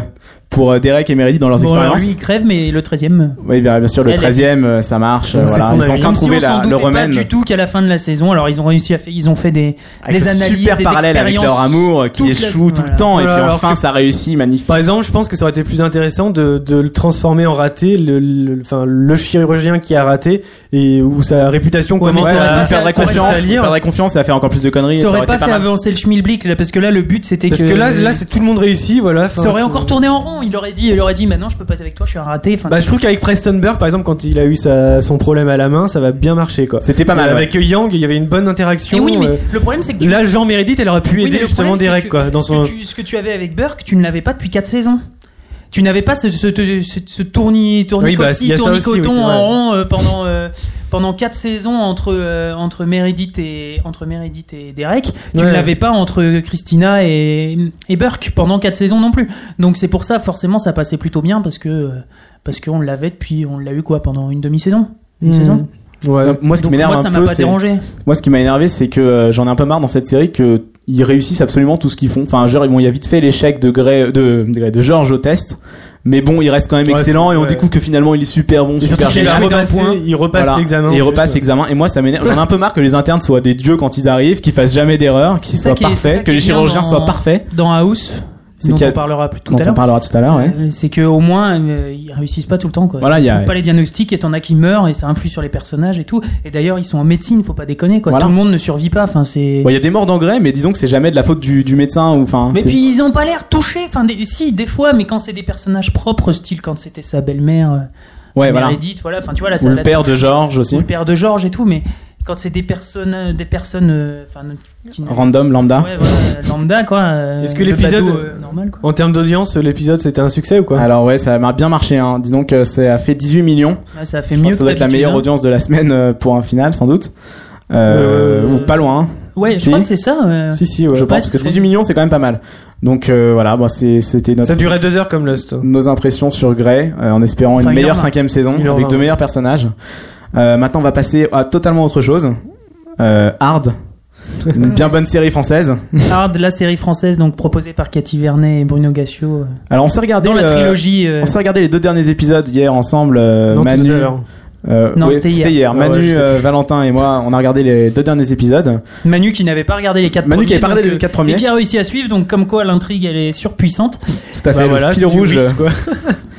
pour euh, Derek et Meredith dans leurs
Bon, alors,
expériences.
lui, il crève, mais le 13 e
Oui, bien, bien sûr, le
Elle est-
13 e ça marche. euh,
Donc, c'est
voilà.
son
Ils ont
avis.
enfin
Comme
trouvé
on s'en
la- le
doutait pas
remède.
du tout qu'à la fin de la saison, alors ils ont réussi à faire, ils ont fait des,
avec
des
le
analyses,
super
des
parallèle avec
expériences,
leur amour euh, qui
toute la-
échoue tout
voilà.
le temps,
Voilà,
et puis
alors
enfin
que-
ça réussit, magnifique.
Par exemple, je pense que ça aurait été plus intéressant de, de le transformer en raté, le, le- enfin, le chirurgien qui a raté et où sa réputation
Ouais,
commence
mais ça aurait
à
pas fait-
perdre la
ça aurait
confiance,
fait salir.
perdre la confiance, ça va faire encore plus de conneries. et
ça aurait
été
pas fait
mal.
avancer le schmilblick, là, parce que là, le but c'était
Parce que là, là, c'est tout le monde réussi, voilà. Enfin,
ça aurait
c'est-
encore tourné en rond. Il aurait dit, il aurait dit, maintenant je peux pas être avec toi, je suis un raté. Enfin,
Bah, je trouve qu'avec Preston Burke, par exemple, quand il a eu sa- son problème à la main, ça va bien marcher, quoi. Euh,
C'était pas mal. ouais.
Avec Yang, il y avait une bonne
et
interaction.
Eh oui, mais
euh,
le problème c'est que tu
Là, Jean Meredith, elle aurait pu
Oui, mais
aider
le
justement
problème, c'est
Derek,
que-
quoi, dans
ce,
son.
que tu, ce que tu avais avec Burke, tu ne l'avais pas depuis 4 saisons. Tu n'avais pas ce, ce, ce, ce tourni, tournicotis,
Oui, bah, il y a ça aussi, oui,
tournicoton
c'est vrai.
en rond euh, pendant, euh, pendant 4 saisons entre, euh, entre, Meredith et, entre Meredith et Derek. Tu ne
Ouais.
l'avais pas entre Christina et, et Burke pendant 4 saisons non plus. Donc c'est pour ça, forcément, ça passait plutôt bien parce que. euh, parce qu'on l'avait depuis, on l'a eu quoi pendant une demi-saison Une
Hmm.
saison
Ouais.
Euh, Moi, ce qui
Donc
m'énerve
moi,
un
ça m'a
peu,
pas
c'est
dérangé.
Moi, ce qui m'a énervé, c'est que euh, j'en ai un peu marre dans cette série que ils réussissent absolument tout ce qu'ils font. Enfin, genre, bon, il y a vite fait l'échec de Grey, de, de, Grey- de George au test, mais bon, il reste quand même
Ouais,
excellent
c'est-
et on
ouais.
découvre que finalement, il est super bon,
Et surtout
super
qu'il a
génial.
repassé-
point.
Il repasse
Voilà.
l'examen.
Et ils
c'est
repassent
ça.
l'examen. Et moi, ça m'énerve. J'en ai un peu marre que les internes soient des dieux quand ils arrivent, qu'ils fassent jamais d'erreurs, qu'ils
C'est ça
soient
qui est- c'est ça
parfaits,
qui
que
est
les
bien
chirurgiens
dans-
soient parfaits.
Dans House,
C'est
dont
qu'il y a-
on parlera plus tout
Dont
à
on
l'heure.
parlera tout à l'heure, ouais.
Euh, C'est que au moins euh, ils réussissent pas tout le temps quoi.
Voilà, il y
ils
a-
trouvent pas les diagnostics et t'en as qui meurent et ça influe sur les personnages et tout. Et d'ailleurs ils sont en médecine, faut pas déconner quoi.
Voilà.
Tout le monde ne survit pas. Enfin c'est.
Bon, il y a des morts d'engrais, mais disons que c'est jamais de la faute du, du médecin ou enfin.
mais
c'est-
puis ils ont pas l'air touchés. Enfin des- si des fois, mais quand c'est des personnages propres, style quand c'était sa belle-mère,
ouais,
euh,
voilà.
Meredith, voilà. Enfin tu vois là ça
Ou
va
le
être
père de
touché.
George aussi.
Ou le père de Georges et tout, mais quand c'est des personnes, des personnes, euh, enfin, qui
Random, lambda.
Ouais, voilà, lambda quoi. euh,
Est-ce que
le
l'épisode-
bateau, euh, normal quoi.
En termes d'audience, l'épisode c'était un succès ou quoi
Alors ouais, ça m'a bien marché. Hein. Dis donc, euh, ça a fait 18 millions.
Ouais, ça a fait
Je
mieux.
pense que ça
que
doit être la
d'habitude,
meilleure
hein.
audience de la semaine euh, pour un final, sans doute. Euh,
Euh,
Ou pas loin, hein.
Ouais, je
Si.
crois que c'est ça. euh.
Si, si, ouais.
je
ouais,
pense.
c'est
que
trop
18 millions, c'est quand même pas mal. Donc euh, voilà, bah, euh, c'est- c'était notre-
Ça durait deux heures comme Lost.
nos impressions sur Grey, euh, en espérant
Enfin,
une
il
meilleure
en a.
cinquième saison,
Il en
avec
a,
de
ouais.
meilleurs personnages. Euh, maintenant, on va passer à totalement autre chose. Euh,
<laughs>
Hard, une bien bonne série française.
Hard, la série française donc proposée par Cathy Vernet et Bruno Gassio euh,
Alors on s'est regardé,
dans la
euh,
trilogie. euh,
on s'est regardé les deux derniers épisodes hier ensemble. euh,
Non, tout
Manu,
à l'heure.
euh,
Non,
ouais,
c'était hier.
Ah ouais,
Manu,
je sais
euh, Valentin et moi, on a regardé les deux derniers épisodes.
Manu qui n'avait pas regardé les quatre
Manu
premiers.
qui avait pas regardé
donc,
les
euh,
quatre premiers.
Et qui a réussi à suivre, donc comme quoi l'intrigue elle est surpuissante.
Tout à fait.
Bah
le
voilà,
fil
c'est du
rouge.
Wix, quoi.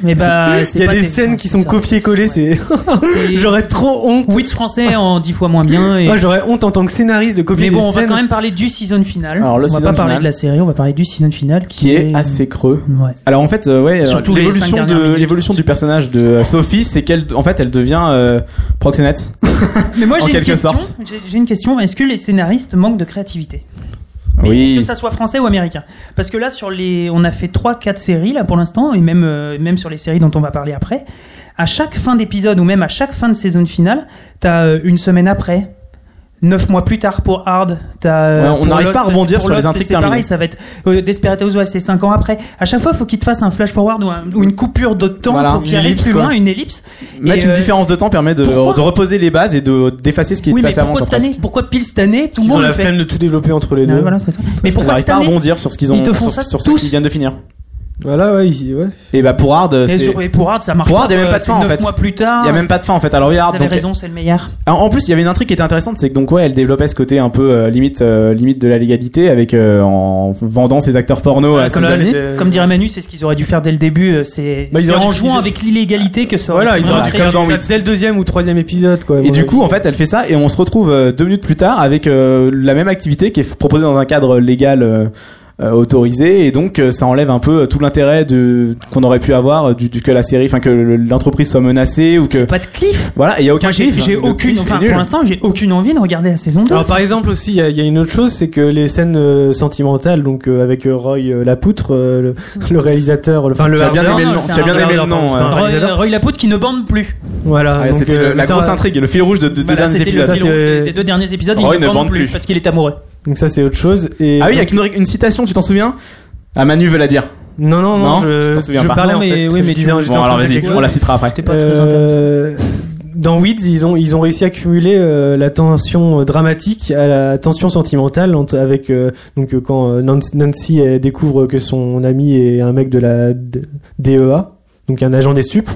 Mais bah,
<laughs>
Il y a des scènes qui sont copiées-collées, c'est.
Genre
<laughs> J'aurais trop honte.
Wits français en 10 fois moins bien. Et...
Ah, J'aurais honte en tant que scénariste de copier
Mais bon, on
des
va
scènes.
quand même parler du season final.
Alors, le
on va
season
pas parler
final.
de la série, on va parler du season final qui,
qui est assez creux.
Ouais.
Alors en fait, euh, ouais, euh,
Surtout les cinq
l'évolution
dernières
de
minutes.
l'évolution du personnage de euh, Sophie, c'est qu'elle, en fait, elle devient euh, proxénète.
Mais moi
En
j'ai une
quelque
question.
sorte.
J'ai j'ai une question. Est-ce que les scénaristes manquent de créativité Mais Que
Oui.
ça soit français ou américain. Parce que là, sur les, on a fait 3-4 séries là pour l'instant, et même, euh, même sur les séries dont on va parler après. À chaque fin d'épisode ou même à chaque fin de saison finale, t'as euh, une semaine après. Neuf mois plus tard pour Hard, t'as. euh,
Ouais, on
pour
n'arrive
Lost,
pas à rebondir
pour
sur les
Lost,
intrigues
C'est
terminées.
pareil, ça va être euh, Desperate Housewives, c'est cinq ans après. À chaque fois, il faut qu'il te fasse un flash forward ou, un- ou une coupure de temps
Voilà,
pour qu'il
une
arrive
ellipse,
plus
quoi.
loin, une ellipse.
Mettre
Et,
une
euh,
différence de temps permet de,
pourquoi
de reposer les bases et de d'effacer ce qui
oui,
se
mais
passait avant.
pourquoi
quoi,
cette année
presque.
Pourquoi pile cette année Tout le
Ils ont
monde
la
le fait.
flemme de tout développer entre les
Ah,
deux.
voilà, c'est ça. Mais
Ils
pourquoi
n'arrivent
cette
pas à
année
rebondir sur ce qu'ils ont,
Ils te font
sur,
ça
sur ce
tous.
qu'ils viennent de finir.
Voilà, ouais, ici, ouais.
Et bah pour Hard,
Et,
c'est-
sur- et pour Hard, ça marche
Pour Hard, il y a
quoi,
même pas de
c'est
fin, en
neuf
fait.
mois plus tard.
il y a même pas de fin en fait. Alors il y a
Vous
Hard,
avez
donc
raison, c'est le meilleur.
En en plus, il y avait une intrigue qui était intéressante, c'est que donc ouais, elle développait ce côté un peu euh, limite euh, limite de la légalité avec euh, en vendant ses acteurs porno à ses
Comme euh, là,
amis.
c'était-
Comme dirait Manu, c'est ce qu'ils auraient dû faire dès le début. euh, C'est
Bah, ils
c'est
auraient
en
dû-
jouant
ils-
avec l'illégalité que ça aurait
Voilà,
pu
ils auraient dû
créer-
comme
faire
dans
ça
Wix.
dès le deuxième ou troisième épisode, quoi.
Et
Ouais.
du coup, en fait, elle fait ça et on se retrouve euh, deux minutes plus tard avec euh, la même activité qui est proposée dans un cadre légal euh, euh, autorisé et donc euh, ça enlève un peu euh, tout l'intérêt de qu'on aurait pu avoir euh, du, du- que la série, enfin que le- l'entreprise soit menacée ou que
Pas de cliff.
voilà, et il y a aucun
Moi, j'ai
cliff. hein,
j'ai
Le
aucune,
cliff est
enfin,
nul. Ah.
pour l'instant, j'ai aucune envie de regarder la saison 2.
Alors par exemple aussi, il y, a- il y a une autre chose, c'est que les scènes euh, sentimentales, donc euh, avec euh, Roy euh, Lapoutre, euh, le, <laughs> le réalisateur, le- enfin le.
tu as bien
Harder,
aimé le
non,
nom,
c'est
tu as
un
bien aimé le
Harder,
nom.
c'est pas
euh.
un Harder.
Roy,
réalisateur.
Roy Lapote qui ne bande plus.
Voilà.
Ouais,
donc,
Ah, c'était
euh,
le- la
ça-
grosse intrigue, le fil rouge de, de- des
Voilà,
derniers
Bah, C'était euh, le
épisodes.
fil
Ça,
rouge
c'est-
des des deux derniers épisodes.
Roy
il ne bande plus parce qu'il est amoureux.
Donc ça c'est autre chose. Et
Ah oui, avec une, une citation, tu t'en souviens Ah Manu veut la dire.
Non non non,
Non, je
je,
t'en souviens
je
pas.
parlais
Non,
en
mais-
fait.
oui,
Je
mais
disais-
tu-
j'étais
Bon
en
alors
train de
vas-y,
dire
on la citera après.
C'était pas très
Euh, Dans Weeds, ils ont, ils ont réussi à cumuler euh, la tension euh, dramatique à la tension sentimentale entre- avec euh, donc euh, quand euh, Nancy, Nancy, elle découvre que son ami est un mec de la D- DEA, donc un agent des stupes.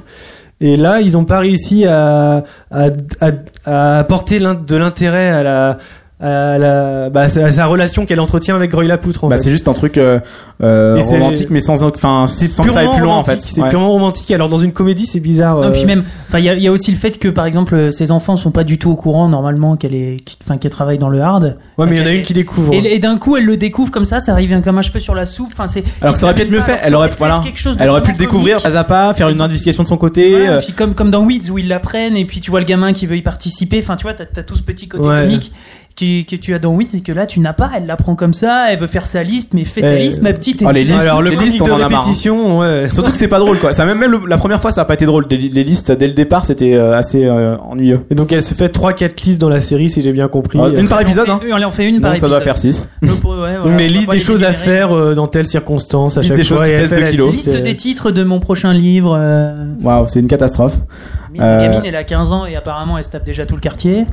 Et là, ils n'ont pas réussi à, à, à- à apporter l'in- de l'intérêt à la à la bah, à sa à sa relation qu'elle entretient avec Roy Lapoutre. En
Bah
fait.
c'est juste un truc euh, euh,
Et c'est-
romantique mais sans enfin
C'est
sans que ça aille
purement
plus loin en fait.
romantique, C'est
Ouais.
purement romantique. Alors dans une comédie, c'est bizarre.
Non,
euh,
puis même, enfin, il y, a- il y a aussi le fait que, par exemple, euh, ses enfants sont pas du tout au courant normalement qu'elle est, qui- enfin, qu'elle travaille dans le hard.
Ouais, mais il y en
Ok.
a une qui découvre.
Et, et d'un coup, elle le découvre comme ça, ça arrive comme un cheveu sur la soupe. Enfin, c'est.
Alors que ça aurait pu être mieux
Alors
fait.
que ça
Elle aurait,
peut-être
voilà,
quelque chose de
elle aurait pu le
vraiment
découvrir
comique.
pas à pas, faire une investigation de son côté.
Voilà,
euh,
puis comme, comme dans Weeds où ils l'apprennent et puis tu vois le gamin qui veut y participer. Enfin, tu vois, t'as, t'as tout ce petit côté
Ouais.
comique qui- que tu as dans Weeds et que là tu n'as pas. Elle l'apprend comme ça, elle veut faire sa liste, mais fais ta
Euh,
liste, ma petite.
oh, les listes,
Alors le
les
comique
listes, on
de
en a marre. hein.
répétition, ouais.
Surtout que c'est pas drôle quoi. Ça même même le- la première fois ça a pas été drôle. Des- Les listes dès le départ c'était euh, assez euh, ennuyeux.
Et donc elle se fait 3-4 listes dans la série, si j'ai bien compris.
Alors, une
Donc
par épisode
on
hein.
fait, on en fait une par
Donc ça doit
épisode.
faire 6
Donc, ouais, voilà, on va
les listes
pas
des
les
choses à
énumérer.
faire euh, dans telles circonstances, à
Liste
chaque
des
fois,
choses qui
et elle
pèsent
fait
deux
la
kilos.
Liste
euh,
des titres de mon prochain livre. euh,
Waouh, c'est une catastrophe.
Mais la
Euh,
gamine, elle a 15 ans et apparemment, elle se tape déjà tout le quartier.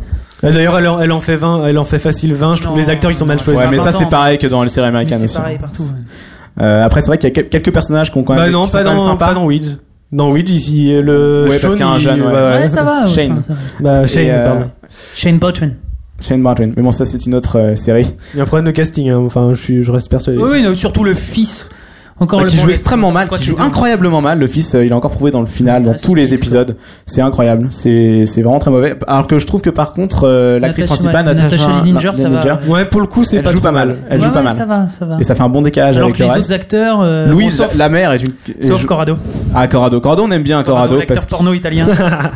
Euh, D'ailleurs, elle, en- elle en fait 20, elle en fait facile 20. Je trouve
Non,
les acteurs ils sont mal
non,
choisis.
Ouais, mais ça
important,
c'est pareil que dans les séries
Mais
américaines
c'est
aussi.
pareil partout. ouais.
Euh, après c'est vrai qu'il y a quel- quelques personnages qui ont quand même
bah
qui
non,
sont
pas
quand même
dans,
sympas.
pas dans Weeds. Dans Weeds, ici le
Ouais, parce
Sean,
qu'il y a un
il-
jeune, ouais.
Ouais, ça va. ouais,
Shane.
enfin, ça va.
Bah,
Et,
Shane,
euh,
pardon.
Shane Botwin.
Shane Martin. Mais bon ça c'est une autre euh, série.
Il y a un problème de casting. hein. Enfin, je suis, je reste persuadé.
Oui, oui, non, surtout le fils. encore
Euh, qui
le bon
joue
les-
extrêmement mal,
quand
qui
tu
joue
joues-
incroyablement mal. Le fils, euh, il a encore prouvé dans le final, dans
Ouais,
tous
c'est
les
triste,
épisodes. C'est incroyable. C'est c'est vraiment très mauvais. Alors que je trouve que par contre, euh, l'actrice
Natasha-
principale,
Natasha
Natasha
Leidinger, ça va.
Leidinger,
Ouais, pour le coup, c'est
elle
pas
joue
trop
pas mal. Elle
Ouais,
joue pas
ouais,
mal.
Ça va, ça va.
Et ça fait un bon décalage
Alors
avec
que
le
les
reste.
autres acteurs, euh, bon,
Louise,
sauf,
la mère, est une. est-
sauf
je-
Corrado.
Ah, Corrado. Corrado, on aime bien Corrado,
l'acteur
parce que
porno
<laughs>
italien.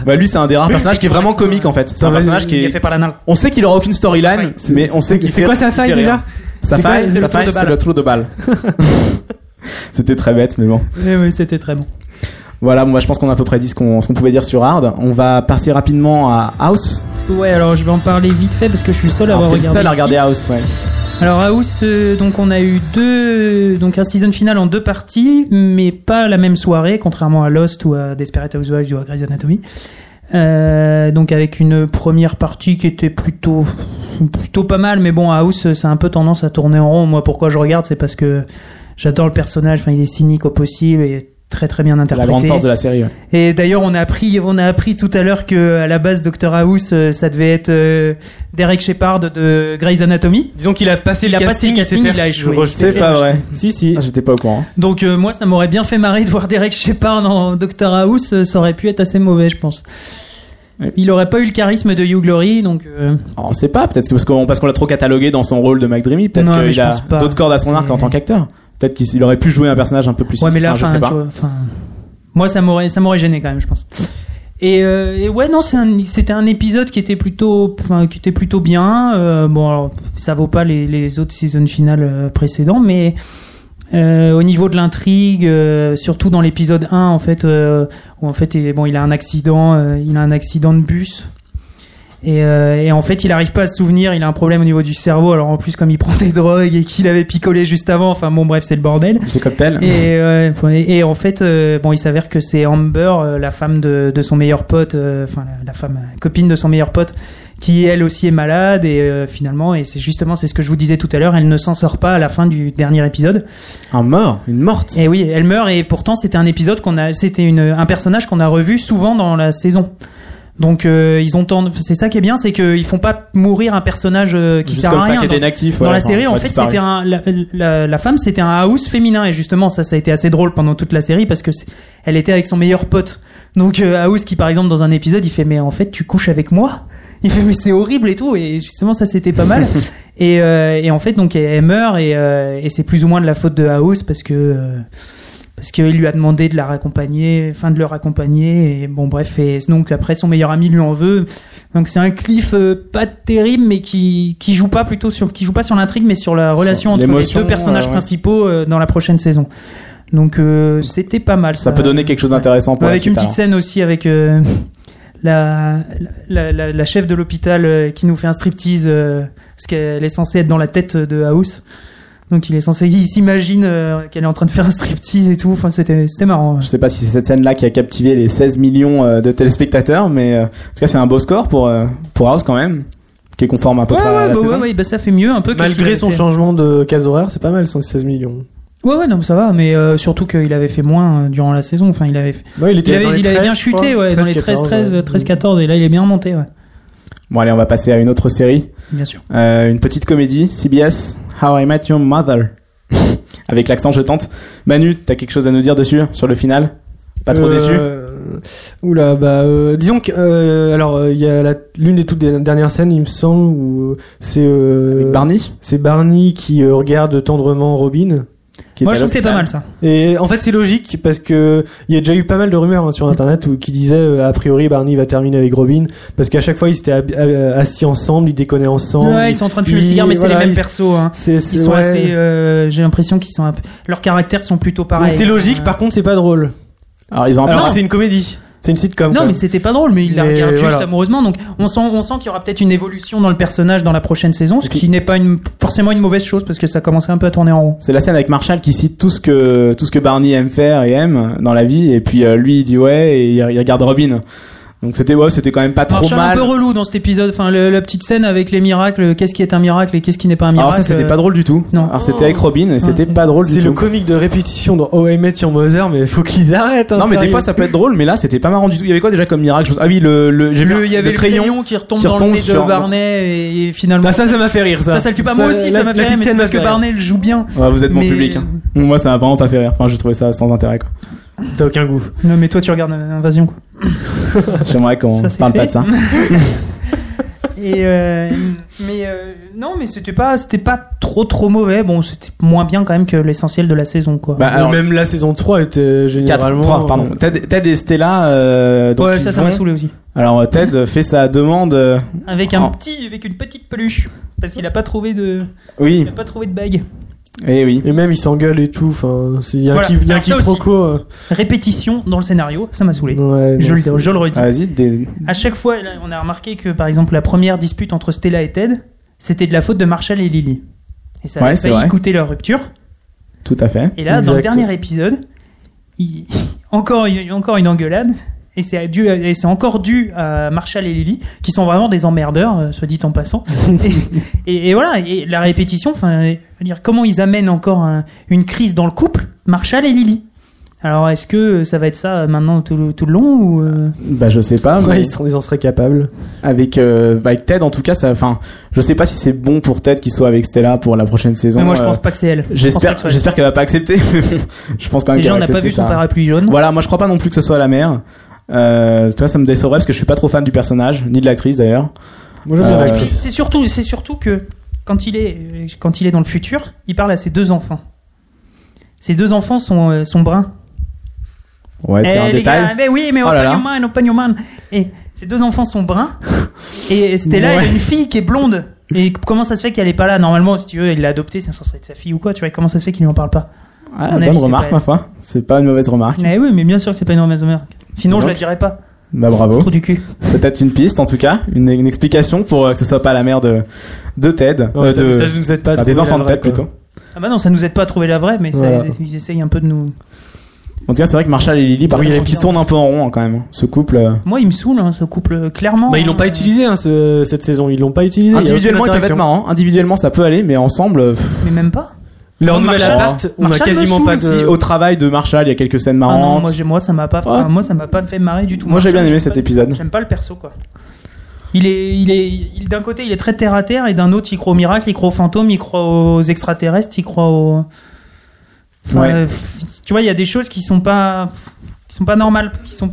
bah, lui, c'est un des rares
Oui,
personnages qui est
mais
vraiment
correct,
comique en fait. C'est
Ça
un
va,
personnage qui
Il a
est.
fait par la nappe.
On sait qu'il aura aucune storyline,
Ouais.
mais on sait qu'il
C'est
fait-
quoi sa
il
faille
fait rien.
déjà
Sa
C'est quoi-
faille,
c'est
sa
le trou
faille,
de
c'est
balle.
le trou de balle. C'était très bête, mais bon.
Eh oui, c'était très bon.
Voilà, bon, bah, je pense qu'on a à peu près dit ce qu'on ce qu'on pouvait dire sur Hard. On va passer rapidement à House.
Ouais, alors je vais en parler vite fait parce que je suis le seul à
Alors,
avoir
t'es le
regardé.
seul à regarder
ici.
House, ouais.
Alors House, euh, donc on a eu deux, donc un season final en deux parties, mais pas la même soirée, contrairement à Lost ou à Desperate Housewives ou à Grey's Anatomy. Euh, donc avec une première partie qui était plutôt plutôt pas mal, mais bon à House, ça a un peu tendance à tourner en rond. Moi, pourquoi je regarde, c'est parce que j'adore le personnage. Enfin, il est cynique au possible et très très bien
C'est
interprété.
la grande force de la série. ouais.
Et d'ailleurs, on a appris, on a appris tout à l'heure que à la base, Dr House, euh, ça devait être euh, Derek Shepard de Grey's Anatomy.
Disons qu'il a passé
Il
le
a passé
casting,
le
il s'est
casting,
fait
il a échoué.
rejeter.
C'est
fait
pas vrai.
Si, si.
Ah, J'étais pas au courant.
Donc euh, moi, ça m'aurait bien fait marrer de voir Derek Shepard en Dr House. euh, Ça aurait pu être assez mauvais, je pense.
Oui.
Il aurait pas eu le charisme de Hugh Glory, donc. euh,
Alors, on sait pas, peut-être que parce qu'on parce qu'on l'a trop catalogué dans son rôle de McDreamy, peut-être
Non, mais
qu'il
je
a
pense pas.
d'autres cordes à son arc
C'est-
en tant qu'acteur. Peut-être qu'il il aurait pu jouer un personnage un peu plus.
Ouais, mais là,
enfin, je
enfin,
sais
tu
pas.
vois, enfin, moi, ça m'aurait, ça m'aurait gêné quand même, je pense. Et, euh, et ouais, non, c'est un- c'était un épisode qui était plutôt, enfin, qui était plutôt bien. Euh, bon, alors, ça vaut pas les, les autres saisons finales euh, précédents, mais euh, au niveau de l'intrigue, euh, surtout dans l'épisode 1, en fait, euh, où en fait, il, bon, il a un accident, euh, il a un accident de bus. Et, euh, et en fait, il arrive pas à se souvenir, il a un problème au niveau du cerveau. Alors en plus, comme il prend des <laughs> drogues et qu'il avait picolé juste avant, enfin bon, bref, c'est le bordel.
C'est cocktail.
Et,
<laughs>
euh, et- et en fait, euh, bon, il s'avère que c'est Amber, euh, la femme de, de son meilleur pote, euh, enfin la, la femme euh, copine de son meilleur pote, qui elle aussi est malade et euh, finalement, et c'est justement c'est ce que je vous disais tout à l'heure, elle ne s'en sort pas à la fin du dernier épisode.
Un mort, une morte.
Et oui, elle meurt et pourtant c'était un épisode qu'on a, c'était une un personnage qu'on a revu souvent dans la saison. Donc euh, ils ont tend- c'est ça qui est bien, c'est qu'ils font pas mourir un personnage euh, qui
Juste
sert à
comme ça,
rien.
qui était
dans-
inactif.
dans
ouais,
la
enfin,
série, en
ouais,
fait,
disparu.
c'était un, la, la- la femme, c'était un house féminin. Et justement, ça, ça a été assez drôle pendant toute la série parce que c'est- elle était avec son meilleur pote. Donc, euh, House, qui par exemple, dans un épisode, il fait Mais en fait, tu couches avec moi Il fait Mais c'est horrible et tout. Et justement, ça, c'était
<laughs>
pas mal. et, euh, et en fait, donc, elle, elle meurt et, euh, et c'est plus ou moins de la faute de House parce que. euh, parce qu'il lui a demandé de la raccompagner, enfin de le raccompagner, et bon bref, et donc après son meilleur ami lui en veut, donc c'est un cliff euh, pas terrible, mais qui qui joue pas plutôt sur qui joue pas sur l'intrigue, mais sur la
Sur
relation entre les
l'émotion,
deux personnages
euh, ouais.
principaux euh, dans la prochaine saison. Donc euh, c'était pas mal.
Ça peut donner quelque chose d'intéressant pour la
Avec une
suite,
petite scène aussi avec euh, la, la, la- la chef de l'hôpital euh, qui nous fait un striptease euh, parce qu'elle est censée être dans la tête de House. Donc il est censé, il s'imagine euh, qu'elle est en train de faire un striptease et tout. Enfin c'était c'était marrant.
Je sais pas si c'est cette scène-là qui a captivé les 16 millions euh, de téléspectateurs, mais euh, en tout cas, c'est un beau score pour, euh, pour House quand même, qui est conforme à peu
Ouais,
près à
ouais,
la
bah ouais,
saison.
ouais, bah ça fait mieux un peu. que ce qu'il
Malgré
avait
son
fait.
changement de case horaire, c'est pas mal, 116 millions.
Ouais ouais non mais ça va, mais euh, surtout qu'il avait fait moins euh, durant la saison. Enfin il avait, fait-
Ouais,
il
dans
avait,
les
il avait
13,
bien
je crois.
chuté ouais, dans les 13, 13, 13, 14 et là il est bien remonté ouais,
Bon, allez, on va passer à une autre série.
bien sûr.
Euh, une petite comédie, CBS, How I Met Your Mother. <laughs> Avec l'accent, je tente. Manu, t'as quelque chose à nous dire dessus, sur le final Pas
Euh,
trop déçu
déçu Oula, bah euh, disons que euh, alors euh, il y a la- l'une des toutes dernières scènes, il me semble, où euh, c'est euh,
Avec Barney
c'est Barney qui euh, regarde tendrement Robin.
qui
Moi
est à
je trouve que c'est pas
l'hôpital.
mal ça.
Et en fait, c'est logique parce que il y a déjà eu pas mal de rumeurs hein, sur internet où, qui disaient euh, a priori Barney va terminer avec Robin parce qu'à chaque fois ils étaient hab- euh, assis ensemble, ils déconnaient ensemble.
Ouais, ils sont en train de fumer le
Puis,
cigare, mais c'est
voilà,
les mêmes
ils-
persos. Hein.
C'est c'est-
Ils sont
ouais.
assez. euh, J'ai l'impression qu'ils sont. Un... peu- Leurs caractères sont plutôt
Donc
pareils.
c'est logique,
Euh,
par contre, c'est pas drôle.
Alors, ils ont un
Alors
plan.
que c'est une comédie, c'est une
Ah
sitcom.
Non,
quoi.
mais c'était pas drôle, mais il la
Mais
regarde juste
voilà.
amoureusement. Donc on sent, on sent qu'il y aura peut-être une évolution dans le personnage dans la prochaine saison, ce
Et puis-
qui n'est pas une, forcément une mauvaise chose parce que ça commençait un peu à tourner en rond.
C'est la scène avec Marshall qui cite tout ce que tout ce que Barney aime faire et aime dans la vie et puis euh, lui il dit ouais et il, il regarde Robin. Donc c'était ouais, c'était quand même pas trop
Marshall un
mal.
peu relou dans cet épisode. Enfin, le- la petite scène avec les miracles, qu'est-ce qui est un miracle et qu'est-ce qui n'est pas un miracle.
Ah,
Alors ça c'était pas drôle du tout.
non. Ah,
Alors c'était avec Robin et c'était
Ouais.
pas drôle du
C'est le
tout.
comique de répétition dans Oh I Met Your Mother, mais faut qu'ils arrêtent. hein,
Non mais des
sérieux.
fois ça peut être drôle mais là c'était pas marrant du tout. Il y avait quoi déjà comme miracle je pense- Ah oui le, le j'ai vu
euh, Le- Il y avait le crayon, qui retombe
qui
dans
retombe
le nez
sur-
de Barney et, et finalement.
Ah, ça, ça m'a fait rire, ça.
ça, ça le tue pas. Moi aussi, ça
la-
m'a
la
fait rire,
petite
mais c'est
scène
parce que
m'a fait rire.
Barney le joue bien.
Ouais, vous êtes mon
Mais-
public. hein. Moi ça m'a vraiment pas fait rire. Enfin j'ai trouvé ça sans intérêt
<laughs>
quoi.
T'as aucun goût.
Non, mais toi, tu regardes euh, l'invasion, quoi.
J'aimerais qu'on
Ça, c'est
parle
fait.
pas de ça.
<laughs> Et euh, mais euh, non, mais c'était pas, c'était pas trop trop mauvais. Bon, c'était moins bien quand même que l'essentiel de la saison, quoi.
Bah, alors-
même la saison 3 était euh,
4
généralement. euh,
3 pardon. Ted, Ted et Stella euh, donc
euh. ouais,
ils
ça, ça m'a
vont-
saoulé aussi.
Alors euh, Ted fait sa demande euh,
Avec un
Oh.
petit, avec une petite peluche, parce qu'il a pas trouvé de,
oui,
il a pas trouvé de bague.
et oui.
Et même ils s'engueulent et tout. Enfin, c'est- il y a un
Voilà.
qui, il y a un
Alors, ça
quiproquo, euh.
Répétition dans le scénario, ça m'a saoulé.
Ouais, non,
je,
c'est-
le, je le redis.
Ah, Vas-y, des-
À chaque fois, là, on a remarqué que par exemple la première dispute entre Stella et Ted, c'était de la faute de Marshall et Lily. Et ça
Ouais,
a
c'est
failli
vrai.
coûter leur rupture.
tout à fait.
Et là, dans le
Exact.
dernier épisode, il- <laughs> encore, une- encore une engueulade. Et c'est dû à- et c'est encore dû à Marshall et Lily, qui sont vraiment des emmerdeurs, euh, soit dit
<laughs>
en passant. et, et- et voilà, et la répétition, enfin, je veux dire, comment ils amènent encore un- une crise dans le couple, Marshall et Lily. Alors, est-ce que ça va être ça euh, maintenant tout, le- tout le long ou euh,
Bah je sais pas,
Ouais,
mais
ils s'en- ils en seraient capables.
avec euh, avec Ted en tout cas ça enfin je sais pas si c'est bon pour Ted qu'il soit avec Stella pour la prochaine saison.
mais Moi, je
euh,
pense pas que c'est elle. Je pense
J'espère
pas que ce soit elle.
j'espère qu'elle va pas accepter. <laughs> je pense quand même
Déjà, on
qu'elle va
n'a pas
accepter
vu son
ça. hein.
parapluie jaune.
Voilà, moi je crois pas non plus que ce soit la mère. Euh, tu vois, ça me décevrait parce que je suis pas trop fan du personnage, ni de l'actrice d'ailleurs.
Moi j'aime bien
Euh,
Puis
l'actrice.
C'est surtout, c'est surtout que quand il est, euh, quand il est dans le futur, il parle à ses deux enfants. Ses deux enfants sont, euh, sont bruns.
Ouais, c'est
Eh,
un
les gars,
détail.
mais oui, mais
Oh
open
là là.
your mind, open your mind. Et ses deux enfants sont bruns.
<laughs>
Et Stella,
Ouais.
elle a une fille qui est blonde. Et comment ça se fait qu'elle est pas là Normalement, si tu veux, il l'a adoptée, c'est censé être sa fille ou quoi, tu vois. Comment ça se fait qu'il lui en parle pas
Ah,
à mon
bonne
avis, c'est
remarque,
pas
ma foi. C'est pas une mauvaise remarque.
Mais oui, mais bien sûr que c'est pas une mauvaise mère.
Ah,
Sinon,
Donc.
je la dirais pas.
Bah
<laughs>
bravo.
Trop du cul.
Peut-être une piste en tout cas, une, une explication pour euh, que ce soit pas la mère de, de Ted.
Ouais,
euh,
ça-
de-
ça, je vous aide pas
enfin,
à
des
trouver
enfants
la
de
vraie,
Ted
quoi.
plutôt.
Ah bah non, ça nous aide pas à trouver la vraie, mais ça,
Voilà.
ils, ils essayent un peu de nous.
En tout cas, c'est vrai que Marshall et Lily, par
Oui,
contre,
la
qui
violence.
tournent un peu en rond hein, quand même. Ce couple. euh,
Moi, ils me saoulent, hein, ce couple, clairement.
Bah, ils l'ont pas
hein.
utilisé hein, ce- cette saison, ils l'ont pas utilisé. il y a aucune
Individuellement, ils peuvent être
interaction.
marrants. Hein. Individuellement, ça peut aller, mais ensemble, euh, pff,
Mais même pas.
Leur
Moi,
nouvel
Marshall-
appart, on a
Marshall me
quasiment pas
si,
de.
au travail de Marshall, il y a quelques scènes
Ah non,
marrantes.
moi, j'ai- moi ça m'a pas,
Oh.
enfin, moi ça m'a pas fait marrer du tout.
Moi, j'ai bien
j'aime
aimé
pas-
cet épisode.
J'aime pas le perso quoi. Il est, il est, il- d'un côté il est très terre à terre et d'un autre il croit au miracle, il croit aux fantômes, il croit aux extraterrestres, il croit aux. Enfin,
Ouais.
euh, tu vois, il y a des choses qui sont pas, qui sont pas normales, qui sont,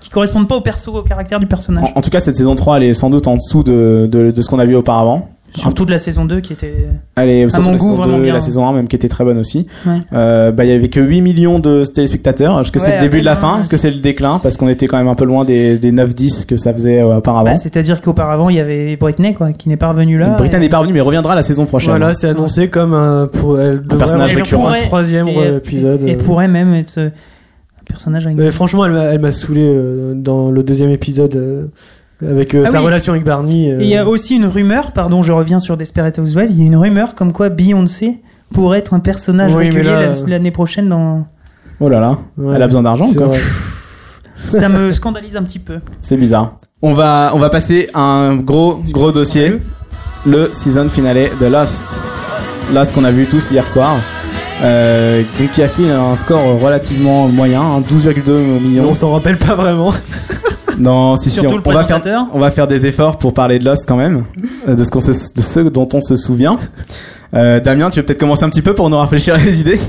qui correspondent pas au perso, au caractère du personnage.
En, en tout cas, cette saison 3, elle est sans doute en dessous de, de, de ce qu'on a vu auparavant.
Surtout de la saison 2 qui était.
Elle est surtout
mon
la
goût,
saison
vraiment
2,
bien.
la saison 1 même qui était très bonne aussi.
Ouais.
Euh, bah, il y avait que 8 millions de téléspectateurs. Est-ce que
Ouais,
c'est le début de la
après,
fin
hein,
Est-ce que c'est le déclin Parce qu'on était quand même un peu loin des, des 9-10 que ça faisait euh,
Ah
auparavant.
Bah, C'est-à-dire qu'auparavant il y avait Britney quoi, qui n'est pas revenue là.
Britain
et-
n'est pas revenue mais reviendra la saison prochaine.
Voilà, c'est annoncé comme un, pour, elle devrait
personnage
avoir
récurrent.
un troisième
et-
euh, épisode.
Et,
euh.
pourrait même être euh, un personnage avec.
Mais franchement, elle m'a- elle m'a saoulé euh, dans le deuxième épisode euh, avec euh,
Ah
sa
oui.
relation avec Barney. euh.
Et il y a aussi une rumeur, pardon, je reviens sur Desperate Housewives, il y a une rumeur comme quoi Beyoncé pourrait être un personnage
Oui, mais
régulier
là,
l'an- l'année prochaine dans.
Oh là là,
Ouais.
elle a besoin d'argent
C'est
quoi.
vrai.
Ça me scandalise un petit peu.
C'est bizarre. On va, on va passer à un gros, gros dossier. Le season finale de Lost. Lost qu'on a vu tous hier soir. Euh, donc qui a fait un score relativement moyen, hein, 12,2
Mais
millions.
on s'en rappelle pas vraiment.
Non, <laughs> si, si,
Surtout
on,
le
on va faire,
présentateur.
on va faire des efforts pour parler de Lost quand même, euh, de ce, qu'on se, de ce dont on se souvient. Euh, Damien, tu veux peut-être commencer un petit peu pour nous rafraîchir les idées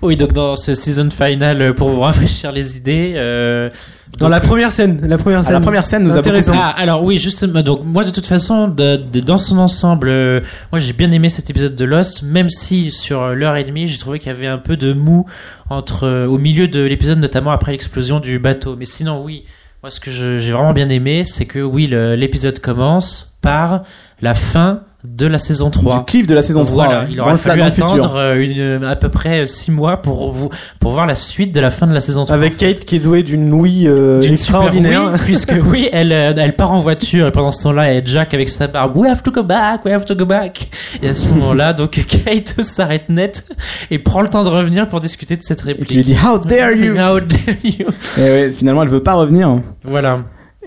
Oui, donc dans ce season final, euh, pour vous rafraîchir les idées. euh,
Dans
donc-
la première scène, la première
Ah,
scène.
La première scène nous
C'est
a beaucoup
intéressant.
plu.
Ah, alors oui, justement. Donc moi, de toute façon, de- de- dans son ensemble, euh, moi j'ai bien aimé cet épisode de Lost, même si sur euh, l'heure et demie, j'ai trouvé qu'il y avait un peu de mou entre euh, au milieu de l'épisode, notamment après l'explosion du bateau. Mais sinon, oui. Moi, ce que je- j'ai vraiment bien aimé, c'est que oui, le- l'épisode commence par la fin de la saison 3.
Du cliff de la saison 3.
Voilà,
ouais,
il
dans
aura
le fla-
fallu
dans le
attendre
futur.
euh, une, à peu près 6 mois pour, vous, pour voir la suite de la fin de la saison 3.
Avec Kate qui est douée d'une ouïe euh,
D'une super
extraordinaire.
oui,
<laughs>
puisque oui, elle, euh, elle part en voiture et pendant ce temps-là, et Jack avec sa barbe, we have to go back, we have to go back.
<laughs>
Et à ce moment-là, donc Kate <laughs> s'arrête net et prend le temps de revenir pour discuter de cette
Et
réplique. Ah,
tu lui dis How dare
<laughs>
you
How dare you
Et ouais, finalement, elle veut pas revenir. hein.
Voilà.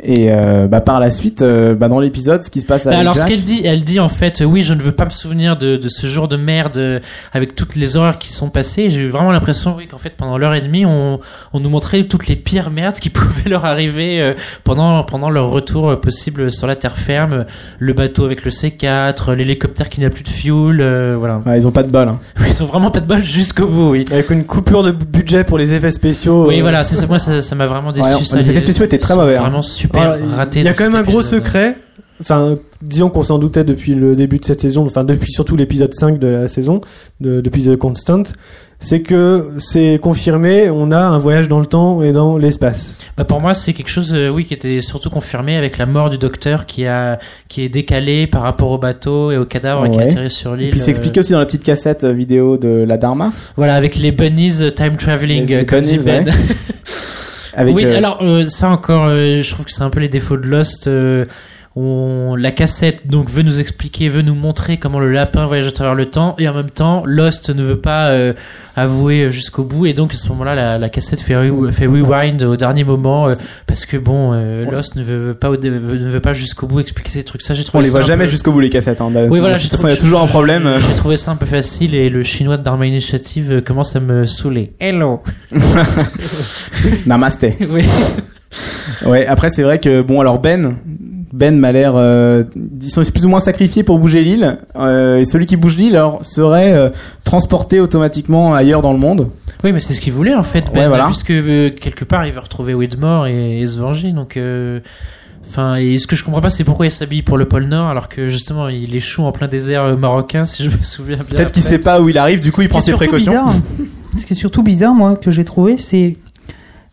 Et euh, bah, par la suite, euh, bah, dans l'épisode, ce qui se passe avec
Alors
Jack.
ce qu'elle dit, elle dit en fait, euh, oui, je ne veux pas me souvenir de, de ce jour de merde euh, avec toutes les horreurs qui sont passées. J'ai eu vraiment l'impression, oui, qu'en fait pendant l'heure et demie, on, on nous montrait toutes les pires merdes qui <laughs> pouvaient leur arriver euh, pendant pendant leur retour euh, possible sur la terre ferme. Le bateau avec le C4, euh, l'hélicoptère qui n'a plus de fuel, euh, voilà. <laughs>
Ouais, ils ont pas de bol. hein.
Ils ont vraiment pas de bol jusqu'au bout, oui.
Avec une coupure de bu- budget pour les effets spéciaux.
Oui,
euh,
voilà, c'est ça, moi ça ça m'a vraiment déçu.
Ouais,
ça,
les effets spéciaux étaient très
sont
mauvais, hein.
Vraiment super
Voilà,
raté.
Il y a
dans
quand même
cet
un gros
épisode.
secret. Enfin, disons qu'on s'en doutait depuis le début de cette saison, enfin depuis surtout l'épisode 5 de la saison, de- depuis The Constant, c'est que c'est confirmé, on a un voyage dans le temps et dans l'espace.
Bah, pour moi, c'est quelque chose, euh, oui, qui était surtout confirmé avec la mort du docteur qui a, qui est décalé par rapport au bateau et au cadavre qui a
Ouais.
atterri sur l'île.
Et puis
euh,
s'explique aussi dans la petite cassette euh, vidéo de la Dharma.
Voilà, avec les bunnies euh, time traveling,
Les-
euh,
les
comme dit
bunnies,
Ben.
Avec,
oui,
euh,
alors euh, ça encore, euh, je trouve que c'est un peu les défauts de Lost. euh, on, la cassette donc veut nous expliquer, veut nous montrer comment le lapin voyage à travers le temps, et en même temps Lost ne veut pas euh, avouer jusqu'au bout, et donc à ce moment-là la, la cassette fait, re- fait rewind au dernier moment euh, parce que bon euh, Lost ne veut pas au dé- veut- ne veut pas jusqu'au bout expliquer ces trucs. Ça j'ai
on
trouvé.
les
ça
voit
un
jamais
peu-
jusqu'au bout les cassettes. Hein. De-
Oui, voilà,
de
j'ai
toute façon, il y a
trouvé-
toujours un problème.
<laughs>
euh.
J'ai trouvé ça un peu facile et le chinois de Dharma Initiative euh, commence à me saouler.
<laughs>
Hello.
Namasté.
Oui.
Ouais, après c'est vrai que bon alors Ben Ben m'a l'air euh, ils sont plus ou moins sacrifiés pour bouger l'île euh, et celui qui bouge l'île alors serait euh, transporté automatiquement ailleurs dans le monde.
Oui, mais c'est ce qu'il voulait en fait, ben,
Ouais, voilà.
puisque euh, quelque part il veut retrouver Widmore et, et se venger. Donc, euh, enfin, et ce que je comprends pas, c'est pourquoi il s'habille pour le pôle Nord alors que justement il échoue en plein désert euh, marocain, si je me souviens bien.
Peut-être qu'il
après.
sait pas où il arrive, du coup il
Ce qui
prend
est
ses
surtout
précautions.
bizarre- ce qui est surtout bizarre, moi, que j'ai trouvé, c'est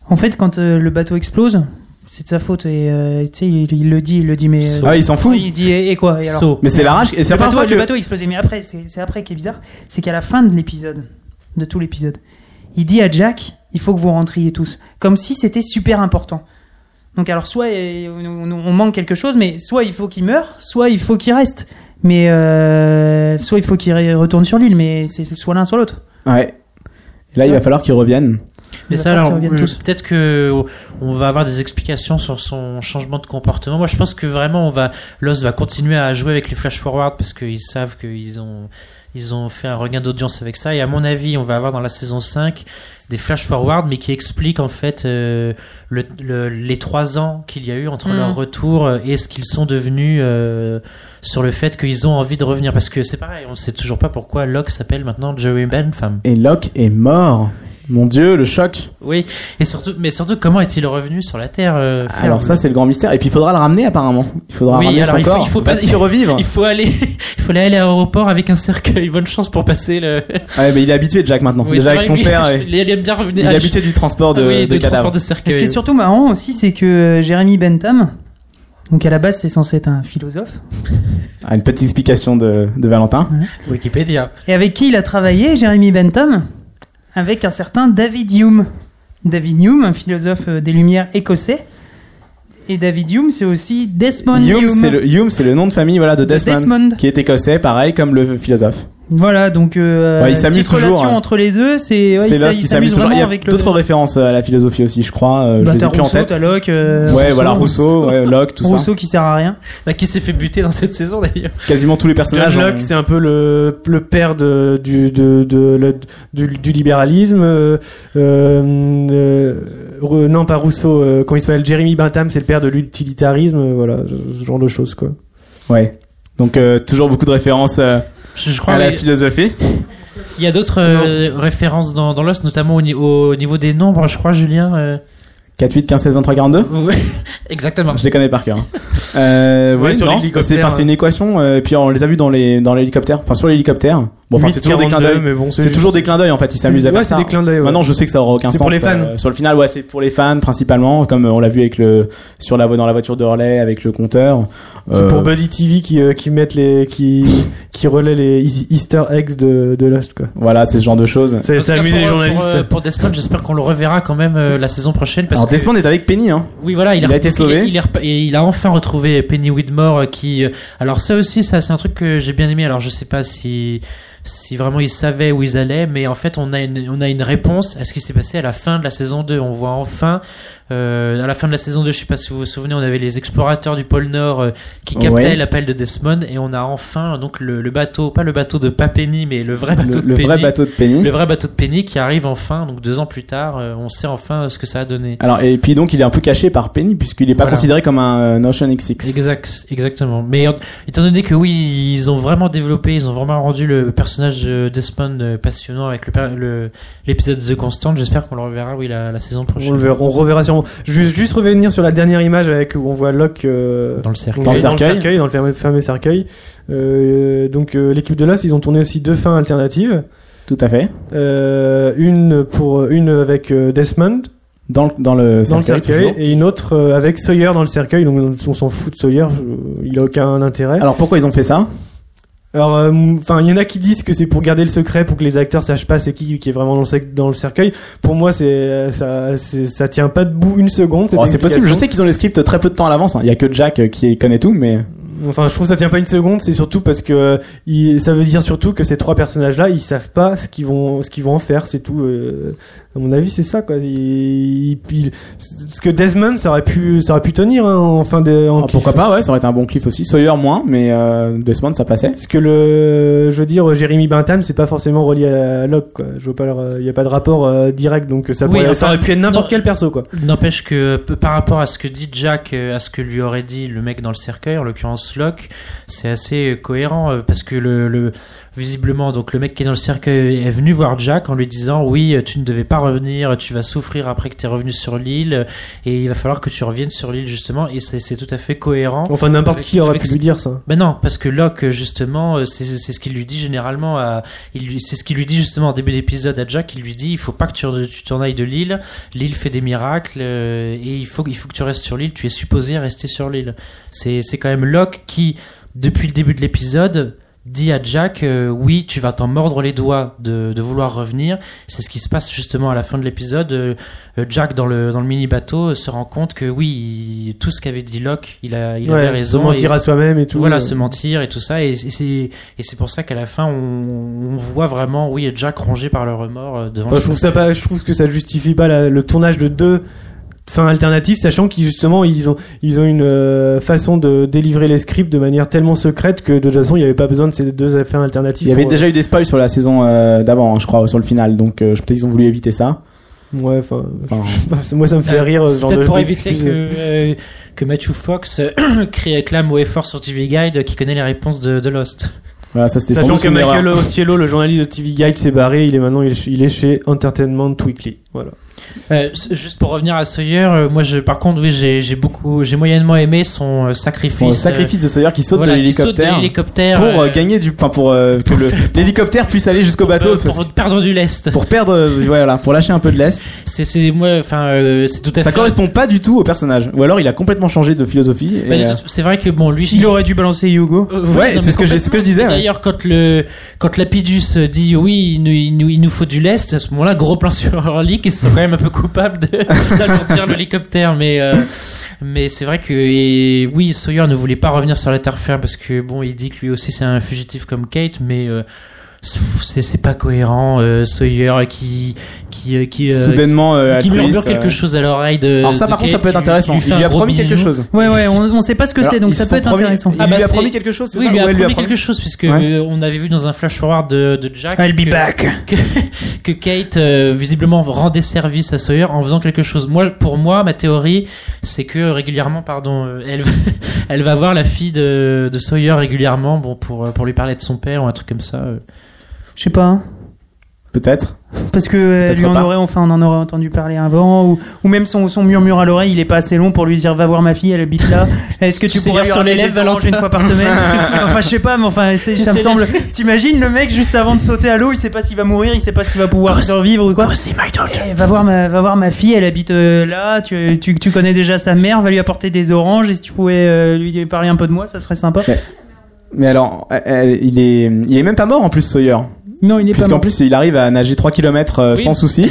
en fait quand euh, le bateau explose, c'est de sa faute et euh, tu sais, il, il le dit, il le dit, mais euh,
Ah, il s'en fout.
il dit et, et quoi et alors
So.
Mais c'est l'arrache et c'est
le,
la première
bateau,
fois
le
que
bateau a explosé. Mais après, c'est c'est après qui est bizarre, c'est qu'à la fin de l'épisode, de tout l'épisode, il dit à Jack, il faut que vous rentriez tous, comme si c'était super important. Donc alors soit euh, on, on manque quelque chose, mais soit il faut qu'il meure, soit il faut qu'il reste. Mais euh, soit il faut qu'il re- retourne sur l'île, mais c'est c'est soit l'un soit l'autre.
Ouais. Et là il va falloir qu'il revienne.
Mais
Il va
ça,
falloir
alors,
qu'ils reviennent
euh,
tous.
peut-être que on va avoir des explications sur son changement de comportement. Moi, je pense que vraiment, on va, Lost va continuer à jouer avec les flash forward parce qu'ils savent qu'ils ont, ils ont fait un regain d'audience avec ça. Et à mon avis, on va avoir dans la saison 5 des flash forward, mais qui expliquent en fait euh, le, le- les trois ans qu'il y a eu entre
Mhm.
leur retour euh, et ce qu'ils sont devenus euh, sur le fait qu'ils ont envie de revenir. Parce que c'est pareil, on ne sait toujours pas pourquoi Locke s'appelle maintenant Joey Bentham.
Et Locke est mort. Mon dieu, le choc.
Oui, et surtout, mais surtout, comment est-il revenu sur la Terre euh, Ferme
Ah, Alors ça c'est le grand mystère et puis il faudra le ramener apparemment. Il faudra
Oui,
ramener
alors,
son
il faut-
corps.
il faut pas-
Va-t-il revivre.
<laughs> il faut aller, il faut aller à l'aéroport avec un cercueil. Bonne chance pour passer le.
Ouais, mais il est habitué Jack maintenant.
Oui,
Déjà
c'est
avec
vrai,
son
oui,
père
je-
et-
Il aime bien revenir.
il est
ah,
habitué du transport
je-
de
ah oui,
de
de transport
cadavres.
de
Et
cercueil.
ce
euh,
qui est surtout marrant aussi, c'est que euh, Jérémy Bentham, donc à la base c'est censé être un philosophe,
Ah, une petite explication de de Valentin.
Wikipédia.
et avec qui il a travaillé, Jérémy Bentham Avec un certain David Hume. David Hume, un philosophe euh, des Lumières écossais. Et David Hume, c'est aussi Desmond Hume.
Hume, c'est le, Hume, c'est le nom de famille voilà, de
De
Desmond,
Desmond.
qui est écossais, pareil, comme le philosophe.
Voilà, donc euh,
Ouais, il s'amuse
petite
toujours,
relation
hein.
entre les deux, c'est ouais,
c'est
il
là
s'a-
ce
il
qui
s'amuse
s'amuse toujours.
vraiment
Il y a
avec le
d'autres références à la philosophie aussi, je crois. euh, je
Bah,
les ai
t'as
plus en
Rousseau,
tête.
t'as Locke, euh,
ouais,
Rousseau,
voilà, Rousseau, ouais, Locke, tout ça.
Rousseau qui sert à rien.
Bah, qui s'est fait buter dans cette saison d'ailleurs.
Quasiment tous les
John
personnages. hein.
Locke,
ont-
c'est un peu le, le père de, du, de, de- le- du, du libéralisme. euh, euh, euh, Re- non, pas Rousseau. euh, quand il s'appelle Jeremy Bentham, c'est le père de l'utilitarisme. euh, voilà, ce, ce genre de choses, quoi.
Ouais. Donc, euh, toujours beaucoup de références euh,
Je, je crois.
à la
oui.
philosophie.
Il y a d'autres euh, références dans, dans Lost, notamment au, ni- au niveau des nombres, je crois, Julien. euh.
4, 8, 15, 16, 23, 42.
Ouais, Exactement.
Je les connais par cœur.
<laughs>
hein. Euh,
Ah. Ouais,
oui,
sur
non,
l'hélicoptère, hein.
c'est, enfin, c'est une équation. euh, et puis, on les a vus dans, les, dans l'hélicoptère. Enfin, sur l'hélicoptère. Bon, enfin, c'est toujours des clins
8,42,
d'œil.
mais bon,
C'est toujours des clins d'œil en fait, ils s'amusent à
ouais,
faire
c'est
ça.
des clins d'œil. ouais.
Maintenant, je sais que ça aura aucun sens.
C'est pour les fans.
euh, sur le final, ouais, c'est pour les fans principalement, comme euh, on l'a vu avec le sur la voie dans la voiture de relais avec le compteur.
C'est
Euh,
pour Buddy TV qui, euh, qui mettent les qui qui relaient les eas- Easter eggs de, de Lost quoi.
Voilà, c'est ce genre de choses.
Ça,
En tout
ça
cas,
amuse les
pour-
journalistes.
Pour, euh, pour Desmond, j'espère qu'on le reverra quand même euh, la saison prochaine. Parce
Alors,
que-
Desmond est avec Penny, hein.
Oui, voilà, il,
Il
est
a été
reparti-
sauvé.
Il, est repa- et il a enfin retrouvé Penny Widmore euh, qui. euh, Alors, ça aussi, ça, c'est un truc que j'ai bien aimé. Alors, je sais pas si, si vraiment ils savaient où ils allaient, mais en fait, on a une, on a une réponse à ce qui s'est passé à la fin de la saison 2. On voit enfin, euh, à la fin de la saison 2, je sais pas si vous vous souvenez, on avait les explorateurs du pôle Nord euh, qui captaient
Ouais.
l'appel de Desmond et on a enfin, donc, le, le bateau, pas le bateau de pas Penny, mais le vrai bateau
Le,
de
le
Penny.
vrai bateau de Penny.
Le vrai bateau de Penny qui arrive enfin, donc deux ans plus tard, euh, on sait enfin ce que ça a donné.
Alors et puis donc il est un peu caché par Penny puisqu'il est pas
Voilà.
considéré comme un euh, Ocean XX.
Exact, exactement. Mais en- étant donné que oui, ils ont vraiment développé, ils ont vraiment rendu le personnage de Desmond euh, passionnant avec le per- le- l'épisode The Constant, j'espère qu'on le reverra oui la, la saison
On,
prochaine
le verra, on reverra sûrement. Je vais juste revenir sur la dernière image avec où on voit Locke euh,
dans le cercle.
Dans le
et
cercueil.
dans le fermé- fameux cercueil. Euh, donc euh, l'équipe de Lost, ils ont tourné aussi deux fins alternatives.
Tout à fait.
Euh, une pour une avec euh, Desmond
Dans le dans le
dans
cercueil,
le cercueil
toujours.
et une autre euh, avec Sawyer dans le cercueil. Donc on s'en fout de Sawyer, euh, il a aucun intérêt.
Alors pourquoi ils ont fait ça
Alors, euh, enfin, il y en a qui disent que c'est pour garder le secret, pour que les acteurs sachent pas c'est qui qui est vraiment dans le, sec- dans le cercueil. Pour moi, c'est euh, ça, c'est- ça tient pas debout une seconde. cette
Oh, C'est
explication.
possible. Je sais qu'ils ont les scripts très peu de temps à l'avance. hein. Il y a que Jack euh, qui connaît tout, mais
Enfin, je trouve ça tient pas une seconde. C'est surtout parce que euh, il- ça veut dire surtout que ces trois personnages-là, ils savent pas ce qu'ils vont, ce qu'ils vont en faire. C'est tout. euh, à mon avis, c'est ça quoi. Il- il- il- ce que Desmond, ça aurait pu, ça aurait pu tenir hein, en fin de. en
Ah, pourquoi
cliff.
pas Ouais, ça aurait été un bon cliff aussi. Sawyer moins, mais euh, Desmond ça passait.
Parce que le, je veux dire, Jérémy Bintam, c'est pas forcément relié à Locke, quoi. Je vois pas leur, il y a pas de rapport euh, direct, donc ça,
Oui,
pourrait-
enfin,
ça aurait pu être n'importe
non.
quel perso, quoi.
N'empêche que p- par rapport à ce que dit Jack, euh, à ce que lui aurait dit le mec dans le cercueil, en l'occurrence Locke, c'est assez euh, cohérent euh, parce que le, le- visiblement donc le mec qui est dans le cercueil est venu voir Jack en lui disant oui euh, tu ne devais pas revenir, tu vas souffrir après que tu es revenu sur l'île euh, et il va falloir que tu reviennes sur l'île justement et c'est c'est tout à fait cohérent.
Enfin, n'importe
Avec-
qui aurait
avec
pu
ce-
lui dire ça.
Ben non, parce que Locke, justement, euh, c'est c'est ce qu'il lui dit généralement. À, il lui- c'est ce qu'il lui dit justement en début d'épisode à Jack. Il lui dit il faut pas que tu, re- tu t'en ailles de l'île. L'île fait des miracles euh, et il faut, il faut que tu restes sur l'île. Tu es supposé rester sur l'île. C'est c'est quand même Locke qui, depuis le début de l'épisode, dit à Jack euh, oui, tu vas t'en mordre les doigts de, de vouloir revenir. C'est ce qui se passe justement à la fin de l'épisode. Euh, euh, Jack, dans le, dans le mini-bateau, euh, se rend compte que oui, il- tout ce qu'avait dit Locke, il, a, il
Ouais,
avait raison. et-
mentir à soi-même et tout.
voilà,
euh.
se mentir et tout ça. Et, et c'est et c'est pour ça qu'à la fin, on, on voit vraiment, oui, Jack rongé par le remords euh, devant.
Enfin, je trouve ça pas, je trouve que ça justifie pas la- le tournage de deux fins alternatives, sachant qu'ils justement ils ont ils ont une euh, façon de délivrer les scripts de manière tellement secrète que de toute façon il n'y avait pas besoin de ces deux fins alternatives.
Il y avait
pour-
déjà eu des spoils sur la saison euh, d'avant, hein, je crois, sur le final. Donc euh, je- peut-être ils ont voulu éviter ça.
euh, Ouais, enfin, <laughs>
Enfin,
moi ça me fait
Euh,
rire. ce
c'est
genre
peut-être
de-
pour
d'excuses.
éviter que, euh, que Matthew Fox euh, <clears throat> crée réclame au effort sur TV Guide euh, qui connaît les réponses de, de Lost.
voilà, ça c'était sans
Sachant
doute
que
une
Michael
erreur.
Osciello, le journaliste de TV Guide, s'est barré. Il est maintenant il est, il est chez Entertainment Weekly. Voilà.
Euh, c- juste pour revenir à Sawyer, euh, moi, je, par contre, oui, j'ai j'ai beaucoup, j'ai moyennement aimé son euh, sacrifice.
Son
euh,
sacrifice de Sawyer qui saute
voilà,
de
qui saute de
l'hélicoptère
l'hélicoptère
pour euh,
euh,
gagner du, enfin pour euh, que le- l'hélicoptère puisse aller jusqu'au bateau
pour,
parce que-
pour perdre du lest.
pour perdre, euh, ouais, voilà, pour lâcher un peu de lest.
C'est c'est moi, enfin, euh, c'est tout à
Ça
fait.
correspond pas du tout au personnage. Ou alors il a complètement changé de philosophie. et,
Bah, de
euh,
toute- c'est vrai que bon, lui,
Il aurait dû balancer Hugo.
Euh,
Ouais,
non,
c'est
mais
ce que je- ce que je disais,
Et
ouais.
D'ailleurs, quand le quand Lapidus euh, dit oui, il nous, il nous, il nous faut du lest, à ce moment-là, gros plan sur Orly, qui sont quand même un peu
<laughs>
coupables de- d'alentir l'hélicoptère. Mais euh, mais c'est vrai que et, oui, Sawyer ne voulait pas revenir sur la terre ferme parce que bon, il dit que lui aussi c'est un fugitif comme Kate, mais euh, c'est c'est pas cohérent. euh, Sawyer qui qui euh, qui euh,
soudainement euh,
qui murmure
altruiste,
quelque
euh.
chose à l'oreille de.
Alors ça
de
par contre ça
Kate,
peut être
qui lui-
intéressant.
qui
Il
fait
lui
un
a
gros
promis quelque
bisou.
chose.
Ouais, ouais, on, on sait pas ce que
Alors,
c'est,
ils
donc ça
se
peut
sont
être
promis-
intéressant.
Il
Ah,
lui
bah,
a
c'est-
promis quelque chose, c'est
Oui,
ça
lui a
Ouais,
promis quelque chose puisque
Ouais.
euh, on avait vu dans un flash forward de, de Jack
I'll
que,
be back.
que Kate euh, visiblement rendait service à Sawyer en faisant quelque chose. Moi, pour moi, ma théorie, c'est que régulièrement, pardon, euh, elle, <laughs> va- elle va voir la fille de, de Sawyer régulièrement, bon pour euh, pour lui parler de son père ou un truc comme ça. euh.
Je sais pas. hein.
peut-être.
Parce que euh,
Peut-être
lui en
pas.
aurait enfin on en aurait entendu parler avant ou, ou même son, son murmure à l'oreille il est pas assez long pour lui dire va voir ma fille elle habite
<laughs>
là est-ce que tu,
Tu sais
pourrais
lire
lui
sur
ramener
les
des
lèvres,
oranges
Valentin
une fois par
<laughs>
semaine enfin je sais pas mais enfin c'est-
Tu
ça me
sais
semble t'imagines le mec juste avant de sauter à l'eau il sait pas s'il va mourir il sait pas s'il va pouvoir
Grosse-
survivre ou quoi
c'est my daughter.
Eh, va voir ma va voir ma fille elle habite euh, là tu, tu, tu connais déjà sa mère va lui apporter des oranges et si tu pouvais euh, lui parler un peu de moi ça serait sympa
Mais alors, elle- elle- il, est, il est même pas mort en plus, Sawyer.
non il est pas
Puisqu'en
mort.
plus, il arrive à nager 3 km
<laughs> Oui.
sans souci.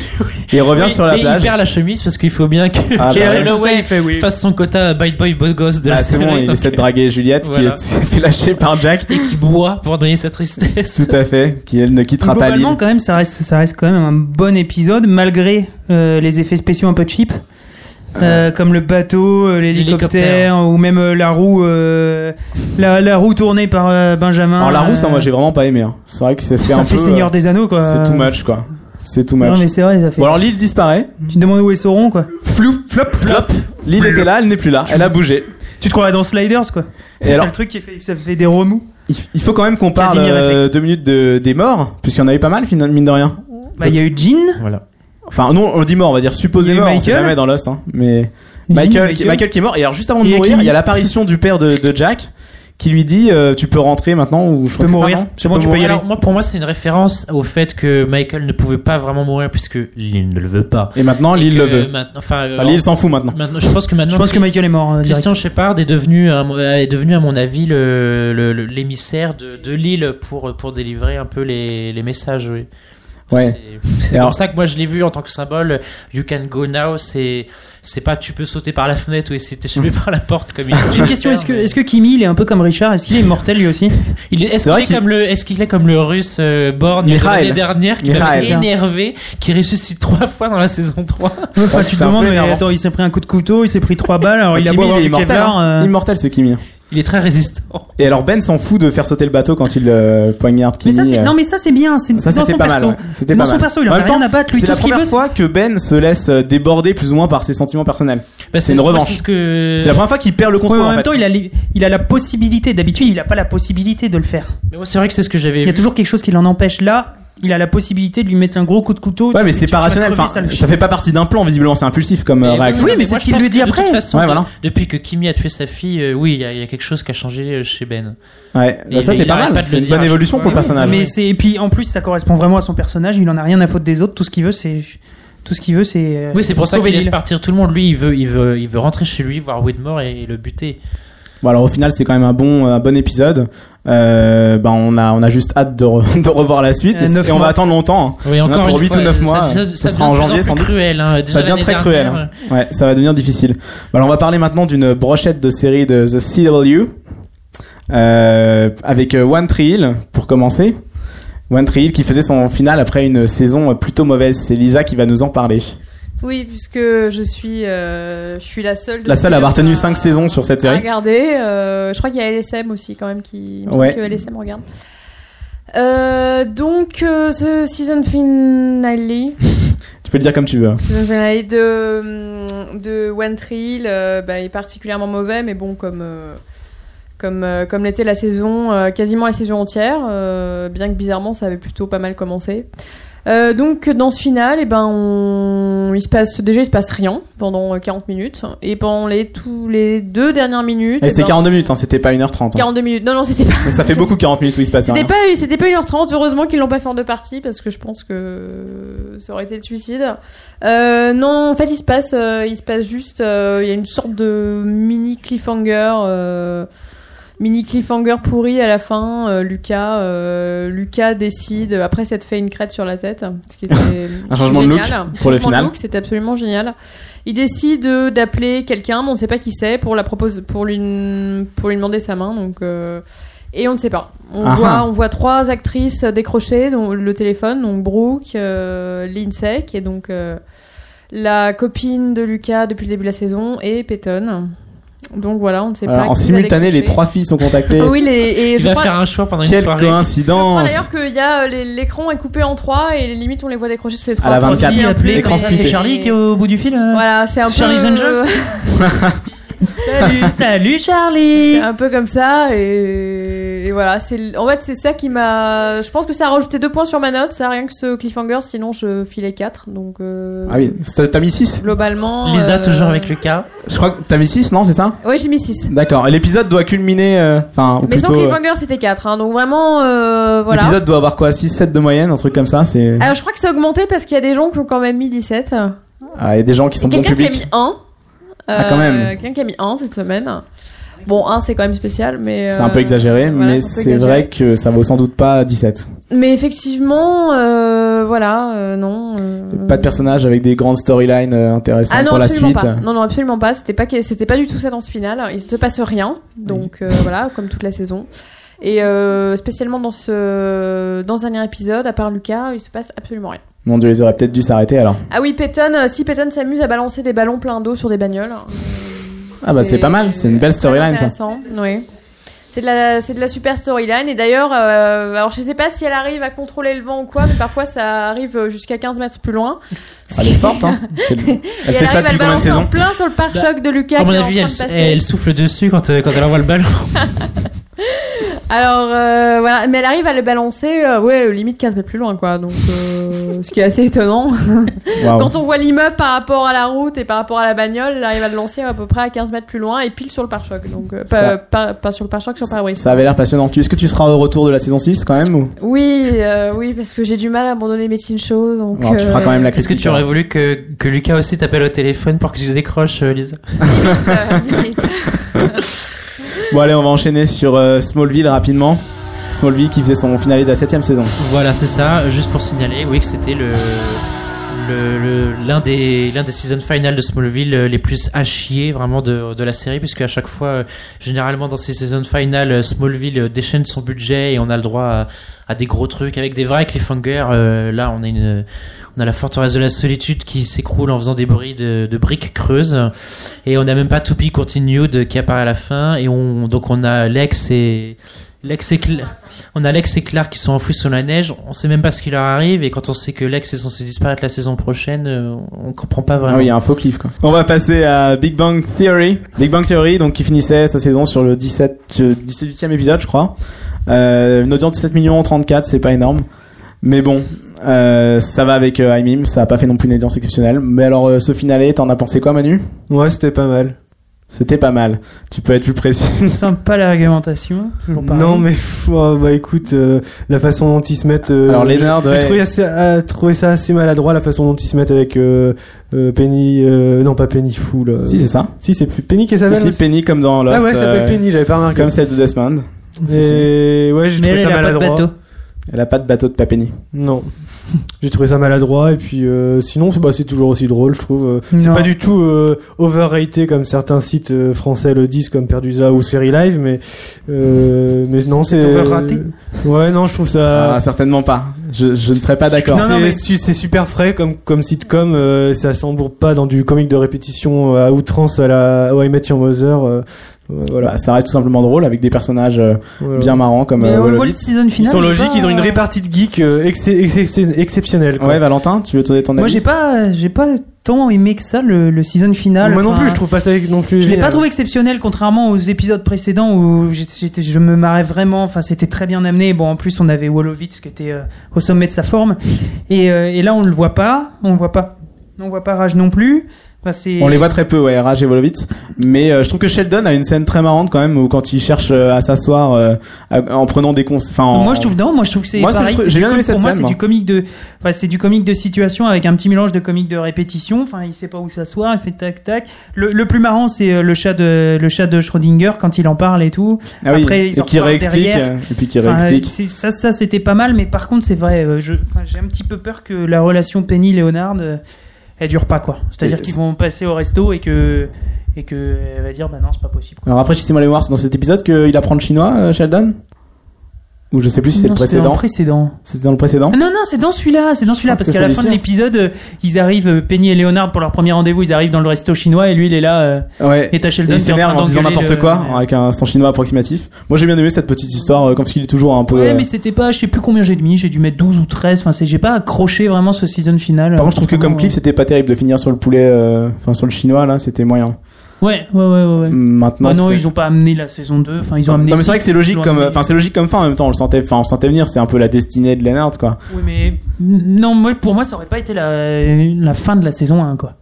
Et il revient
Oui,
sur la
mais
plage.
Il perd la chemise parce qu'il faut bien que <laughs>
Ah,
Qui
bah,
arrive,
ouais.
tout ça, il fait, oui.
fasse son quota bite boy beau gosse de
Ah,
la
c'est bon,
série.
il essaie de draguer Juliette
Voilà.
qui <laughs> s'est fait lâcher par
<laughs>
Jack.
Et qui boit pour donner sa tristesse.
Tout à fait, qui elle ne quittera pas l'île.
Globalement, quand même, ça reste, ça reste quand même un bon épisode, malgré euh, les effets spéciaux un peu cheap, euh, comme le bateau, euh, l'hélicoptère, ou même euh, la roue, euh, la, la roue tournée par euh, Benjamin.
Alors la roue, ça,
Euh,
moi, j'ai vraiment pas aimé. hein. C'est vrai que c'est fait
ça
un
fait
peu.
Seigneur
euh,
des Anneaux, quoi.
C'est too much, quoi. C'est too
Non,
much.
mais c'est vrai, ça fait.
Bon, alors l'île disparaît.
Tu te demandes où est Sauron, quoi.
Flou, flop, flop. L'île était là, elle n'est plus là. Elle a bougé.
Tu te croirais dans Sliders, quoi.
Et
C'est
alors,
le truc qui fait, ça fait des remous.
il il faut quand même qu'on parle
Casimir
euh,
Effect.
deux minutes de, des morts, puisqu'il y en a eu pas mal, fin- mine de rien.
Bah, il y a eu Jean.
Voilà.
Enfin, nous, on dit mort, on va dire supposé
Il y a eu
mort, on sait
Michael.
jamais dans Lost, hein. Mais Michael, qui, Michael qui est mort, et alors juste avant de
Il y a
mourir,
qui
il y a l'apparition du père de, de Jack qui lui dit euh, Tu peux rentrer maintenant, ou je
Tu peux
crois que c'est ça,
mourir.
non
C'est bon, tu peux y aller.
Alors, moi, pour moi, c'est une référence au fait que Michael ne pouvait pas vraiment mourir puisque l'île ne le veut pas.
Et maintenant,
Et
l'île
que
le veut.
maintenant- Enfin, euh,
Enfin, l'île s'en fout maintenant.
maintenant, je pense que maintenant.
Je pense que Michael est mort. euh, direct.
Christian Shepard est devenu, à mon- est devenu, à mon avis, le- le- le- l'émissaire de, de l'île pour, pour délivrer un peu les, les messages. Oui.
Ouais.
C'est- C'est
alors-
comme ça que moi je l'ai vu en tant que symbole. You can go now, c'est c'est pas tu peux sauter par la fenêtre ou essayer de t'échapper par la porte comme il
J'ai une question. Est-ce que, est-ce que Kimi, il est un peu comme Richard Est-ce qu'il est immortel lui aussi
Il est, est-ce
C'est vrai
qu'il
qu'il-
est comme le, est-ce qu'il est comme le russe euh, Born de
Mikhail.
l'année dernière qui
Mikhail.
m'a énervé, qui ressuscite trois fois dans la saison 3
Enfin,
Ouais,
tu te
c'est un
demandes,
peu
mais
énervant.
attends, il s'est pris un coup de couteau, il s'est pris trois balles, alors il a beau
Kimi, il
avoir
est
du
immortel.
Kevlar,
hein.
euh,
Immortel ce Kimi.
Il est très résistant.
Et alors Ben s'en fout de faire sauter le bateau quand il euh, poignarde
Mais
Kimi.
ça, c'est,
euh,
non, mais ça, c'est bien, c'est,
ça
c'est dans
c'était
son
pas
perso.
mal. ouais. C'était
dans
pas
son
mal.
perso, il en
En
a
même
rien
temps,
à battre, lui,
C'est
tout
la
ce qu'il
première
veut.
fois que Ben se laisse euh, déborder plus ou moins par ses sentiments personnels.
Bah,
une revanche.
c'est ce que-
C'est la première fois qu'il perd le
Euh, Ouais,
contrôle.
en
en
même
fait.
temps, il a, les- il a la possibilité. D'habitude, il n'a pas la possibilité de le faire.
Mais moi, c'est vrai que c'est ce que j'avais
Il y a
vu.
toujours quelque chose qui l'en empêche. Là, il a la possibilité de lui mettre un gros coup de couteau.
Ouais,
tu-
mais
tu-
c'est
tu
pas
vas
rationnel.
crever,
Enfin,
ça le
ça fait pas partie d'un plan. Visiblement, c'est impulsif comme euh,
Mais
réaction.
oui, mais c'est
moi,
ce
je
qu'il
pense
lui
que
dit
de
après.
toute façon,
Ouais, voilà.
de- depuis que Kimi a tué sa fille, euh, oui, il y, a il y a quelque chose qui a changé euh, chez Ben.
Ouais,
Et
bah ça
il-
c'est
il
pas
arrête
mal.
pas de
c'est
le
une
dire
bonne
à chaque
évolution
fois.
pour le
Oui,
personnage.
Mais c'est et puis en plus ça correspond vraiment à son personnage. Il en a rien à faute des autres. Tout ce qu'il veut, c'est tout ce qu'il veut, c'est. euh,
Oui, c'est pour ça
sauver
qu'il laisse
l'île.
partir tout le monde. Lui, il veut, il veut, il veut rentrer chez lui, voir Whitmore et le buter.
Bon alors au final c'est quand même un bon un bon épisode. Euh, bah on a on a juste hâte de, re- <laughs> de revoir la suite
Euh,
et,
neuf
et on
mois.
va attendre longtemps. hein.
Oui, encore
pour
une
huit
fois,
ou neuf
ça-
mois,
ça,
ça sera en
devient de plus
janvier,
plus
sans doute.
Cruel, hein. Déjà
Ça devient
l'année
très cruel,
dernière,
hein. Ouais, ça va devenir difficile. Bah, alors on va parler maintenant d'une brochette de série de The CW euh, avec euh, One Tree Hill pour commencer. One Tree Hill qui faisait son final après une saison euh, plutôt mauvaise. C'est Lisa qui va nous en parler.
Oui, puisque je suis, euh, je suis la seule. de
La seule à avoir
ceux
tenu cinq saisons sur cette série.
À regarder. euh, je crois qu'il y a LSM aussi quand même qui. il me semble
Ouais.
que LSM regarde. Euh, donc, euh, ce season finale,
Tu peux le dire comme tu veux.
season finale de, de One Tree Hill, euh, bah, est particulièrement mauvais, mais bon, comme, euh, comme, euh, comme l'était la saison, euh, quasiment la saison entière, euh, bien que bizarrement ça avait plutôt pas mal commencé. Euh, donc dans ce final, eh ben, on... il se passe déjà il se passe rien pendant euh, 40 minutes et pendant les tous les deux dernières minutes.
Et
eh
c'était
ben,
42 minutes, hein, c'était pas 1h30. hein.
42 minutes. Non non c'était pas.
Donc ça fait beaucoup 40 minutes où il se passe rien.
C'était pas, c'était pas 1h30, heureusement qu'ils l'ont pas fait en deux parties, parce que je pense que ça aurait été le suicide. Euh, non, en fait, il se passe, euh, il se passe juste, euh, il y a une sorte de mini cliffhanger, euh, mini cliffhanger pourri à la fin. Euh, Lucas, euh, Lucas décide, après s'être fait une crête sur la tête,
<laughs>
ce qui était
Un changement de look
génial.
pour le
Changement de
final.
look, C'était absolument génial. Il décide euh, d'appeler quelqu'un, mais on ne sait pas qui c'est, pour la propose, pour lui, pour lui demander sa main, donc. euh, et on ne sait pas. On,
Ah
voit,
ah.
on voit trois actrices décrocher dont le téléphone, donc Brooke, euh, Lindsay, qui est donc euh, la copine de Lucas depuis le début de la saison, et Peyton. Donc voilà, on ne sait
Voilà,
pas.
en
qui va
simultané, les
décrocher.
trois filles sont contactées.
Ah oui, les- et
Il
je
va
crois,
faire un choix pendant une
Quelle
soirée.
je crois
coïncidence
d'ailleurs que y a, euh, les- l'écran est coupé en trois et limite on les voit décrocher de ces trois.
la
fois.
24,
C'est un peu-
l'écran
mais-
C'est
splitté.
Charlie qui est au bout du fil. euh
Voilà, c'est un peu.
Charlie's Angels Salut, salut Charlie <laughs>
C'est un peu comme ça et, c'est voilà, c'est en fait c'est ça qui m'a. Je pense que ça a rajouté deux points sur ma note. Ça rien que ce cliffhanger, sinon je filais 4 Donc euh,
Ah oui, ça- t'as mis 6
globalement.
Lisa,
euh,
toujours avec Lucas.
Je crois que t'as mis 6, non, c'est ça
Ouais, j'ai mis 6
D'accord. Et L'épisode doit culminer. euh, Enfin, ou
Mais sans
plutôt. euh,
cliffhanger, c'était 4 donc vraiment, euh, voilà. Ah.
L'épisode doit avoir quoi 6, 7 de moyenne, un truc comme ça. C'est.
Alors je crois que ça a augmenté parce qu'il y a des gens qui ont quand même mis 17.
Ah, Il y a des gens qui sont
Et
bon
quelqu'un qui a
public.
mis 1.
Ah, quand même.
Quelqu'un qui a mis 1 cette semaine. Bon, 1 c'est quand même spécial, mais.
C'est un peu
euh,
exagéré,
voilà,
mais
c'est un peu
c'est
exagéré.
vrai que ça vaut sans doute pas 17.
Mais effectivement, euh, voilà, euh, non. euh,
Pas de personnage avec des grandes storylines euh, intéressantes
Ah non,
pour la
absolument
suite.
pas. Non, non, absolument pas. C'était pas, que- c'était pas du tout ça dans ce final. Il se passe rien. Donc euh, <laughs> voilà, comme toute la saison. Et euh, spécialement dans ce, dans ce dernier épisode, à part Lucas, il se passe absolument rien.
Mon dieu, ils auraient peut-être dû s'arrêter alors.
Ah oui, Peyton, euh, si Peyton s'amuse à balancer des ballons pleins d'eau sur des bagnoles. euh,
Ah bah, c'est pas mal, c'est une belle
très
storyline, ça.
intéressant, Oui. C'est de, la, c'est de la super storyline. Et d'ailleurs, euh, alors je sais pas si elle arrive à contrôler le vent ou quoi, mais parfois ça arrive euh, jusqu'à 15 mètres plus loin.
Elle est forte,
<laughs>
hein. C'est-
Et
Elle fait ça
arrive
depuis
à le
combien de
balancer en
saisons
plein sur le pare-choc de Lucas.
Bah, À
qui
mon
est en
avis,
train
elle,
de passer.
elle souffle dessus quand, euh, quand elle envoie le ballon.
Alors euh, voilà, mais elle arrive à le balancer, euh, ouais, limite 15 mètres plus loin, quoi. Donc,
<laughs>
euh, ce qui est assez étonnant.
Ah Waouh.
Quand on voit l'immeuble par rapport à la route et par rapport à la bagnole, elle arrive à le lancer à peu près à 15 mètres plus loin et pile sur le pare-choc. Donc, euh,
Ça-
pas, pas- pas sur le pare-choc, sur le pare
Ça avait l'air passionnant. Tu- Est-ce que tu seras au retour de la saison 6 quand même ou...
Oui, euh, oui, parce que j'ai du mal à abandonner Médecine Show. Donc,
Alors, tu
euh,
feras quand même la <laughs>
Est-ce
critique. hein.
que tu aurais voulu que, que Lucas aussi t'appelle au téléphone pour que tu décroches, euh, Lisa
<laughs> euh, limite.
Bon allez, on va enchaîner sur euh, Smallville rapidement. Smallville qui faisait son finale de la 7 saison.
Voilà, c'est ça. Juste pour signaler, oui, que c'était le le- le- l'un des l'un des season finales de Smallville euh, les plus à chier vraiment de, de la série puisque à chaque fois euh, généralement dans ces season finales euh, Smallville euh, déchaîne son budget et on a le droit à, à des gros trucs avec des vrais cliffhangers Euh, là on a une on a la forteresse de la solitude qui s'écroule en faisant des bruits de, de briques creuses et on n'a même pas To Be Continued qui apparaît à la fin et on donc on a Lex et Lex et Cla- on a Lex et Clark qui sont enfouis sous la neige, on sait même pas ce qui leur arrive, et quand on sait que Lex est censé disparaître la saison prochaine, euh, on comprend pas
Ah
vraiment.
oui, il y a un faux cliff quoi. On va passer à Big Bang Theory. Big Bang Theory donc qui finissait sa saison sur le 17 euh, 18e épisode, je crois. Euh, une audience de 7 millions 34, c'est pas énorme. Mais bon, euh, ça va avec euh, iMim, ça a pas fait non plus une audience exceptionnelle. Mais alors euh, ce finale, t'en as pensé quoi Manu
Ouais, c'était pas mal.
C'était pas mal. Tu peux être plus
<laughs>
précis.
Sympa l'argumentation. hein, Toujours pareil.
Non, mais <laughs> pff, oh, bah écoute, euh, la façon dont ils se mettent. euh,
alors Leonard,
J'ai
ouais.
trouvé, assez- euh, trouvé ça assez maladroit la façon dont ils se mettent avec euh, euh, Penny. euh, non, pas Penny Fool. euh,
Si c'est ça.
si, c'est plus Penny qui
Si,
s'appelle.
si,
aussi
Penny comme dans Lost.
ah ouais, ça s'appelle
euh,
Penny, j'avais pas remarqué.
Comme celle de Desmond. Si, si.
Et ouais, j'ai
Mais
trouvé
elle,
ça
elle a pas de
maladroit.
bateau.
Elle a pas de bateau de Papeni.
Non. <laughs> J'ai trouvé ça maladroit et puis euh, sinon bah, c'est toujours aussi drôle je trouve. Euh, C'est
Non.
pas du tout euh, overrated comme certains sites euh, français le disent comme Perdusa ou Série Live mais euh, mais non c'est
C'est overraté
Ouais non je trouve ça
Ah, certainement pas. Je, je ne serais pas Ah, d'accord.
Euh. Non, non, mais su- c'est super frais comme, comme sitcom, euh, ça s'embourbe pas dans du comique de répétition euh, à outrance à la How I Met Your Mother. euh, euh, voilà.
Voilà, Bah, ça reste tout simplement drôle avec des personnages euh,
Bah, Voilà.
bien marrants comme
Mais
euh,
Wall- Wall
Wolowitz.
Season
ils
finale,
sont
j'ai
logiques,
pas-
ils ont une répartie de geeks euh, excep- excep- exceptionnelle. quoi.
Ouais, bah, Valentin, tu veux donner ton avis
Moi, j'ai pas, j'ai pas tant aimé que ça le, le season final.
Moi non
Enfin,
plus, je trouve euh, pas ça non plus.
Je l'ai
génial.
pas trouvé exceptionnel, contrairement aux épisodes précédents où j'étais, je me marrais vraiment. Enfin, c'était très bien amené. Bon, en plus, on avait Wolowitz qui était euh, au sommet de sa forme, et, euh, et là, on le voit pas, on le voit pas, on voit pas Rage non plus. Enfin, c'est.
On les voit très peu, ouais, Raj et Wolowitz. Mais euh, je trouve que Sheldon a une scène très marrante quand même où quand il cherche euh, à s'asseoir euh, à- en prenant des cons. Enfin, en-
Moi je trouve non, moi je trouve que c'est
Moi, c'est le
pareil.
truc-
c'est
j'ai
du
bien
com-
aimé cette
pour moi
scène,
c'est
moi.
du comique de, enfin c'est du comique de situation avec un petit mélange de comique de répétition. Enfin il sait pas où s'asseoir, il fait tac tac. Le, le plus marrant c'est euh, le chat de le chat de Schrödinger quand il en parle et tout.
Ah oui,
après, ils
et
en
qui
reparlent
réexplique,
derrière.
euh, et puis qui
Enfin,
réexplique.
c'est- ça ça c'était pas mal, mais par contre c'est vrai, euh, je, enfin, j'ai un petit peu peur que la relation Penny Léonard euh, elle dure pas quoi. C'est-à-dire
Et
qu'ils
c'est-
vont passer au resto et que et que elle va dire bah non c'est pas possible. Quoi.
Alors rafraîchissez-moi les mémoires, c'est dans cet épisode qu'il apprend le chinois, euh, Sheldon Ou je sais plus si c'est le
Non, c'était dans
précédent.
précédent.
C'était dans le précédent
Ah Non, non, c'est dans celui-là, c'est dans celui-là,
Ah,
parce
c'est
qu'à la fin
celui-ci.
de l'épisode, euh, ils arrivent, euh, Penny et Leonard, pour leur premier rendez-vous, ils arrivent dans le resto chinois, et lui, il est là, euh,
Ouais.
et t'as Sheldon
Il
qui est en
s'énerve
train
en disant
d'engueuler
n'importe
le-
quoi, avec un son chinois approximatif. Moi j'ai bien aimé cette petite histoire, euh, comme s'il est toujours un peu.
Ouais,
euh,
mais c'était pas, je sais plus combien j'ai de mis, j'ai dû mettre 12 ou 13, enfin, c'est- j'ai pas accroché vraiment ce season final.
Par contre, je trouve que comme
clip
euh, clip, c'était pas terrible de finir sur le poulet, euh, enfin sur le chinois là, c'était moyen.
Ouais, ouais, ouais, ouais. ouais.
Maintenant,
Ah non,
c'est-
ils ont pas amené la saison 2. Enfin, ils ont amené.
Non, mais
six,
c'est vrai que c'est
ils
logique
ont
comme, euh,
amené-
enfin c'est logique comme fin en même temps. On le sentait, enfin on le sentait venir. C'est un peu la destinée de Lennart quoi.
Oui, mais non, moi, pour moi, ça aurait pas été la, la fin de la saison 1, quoi.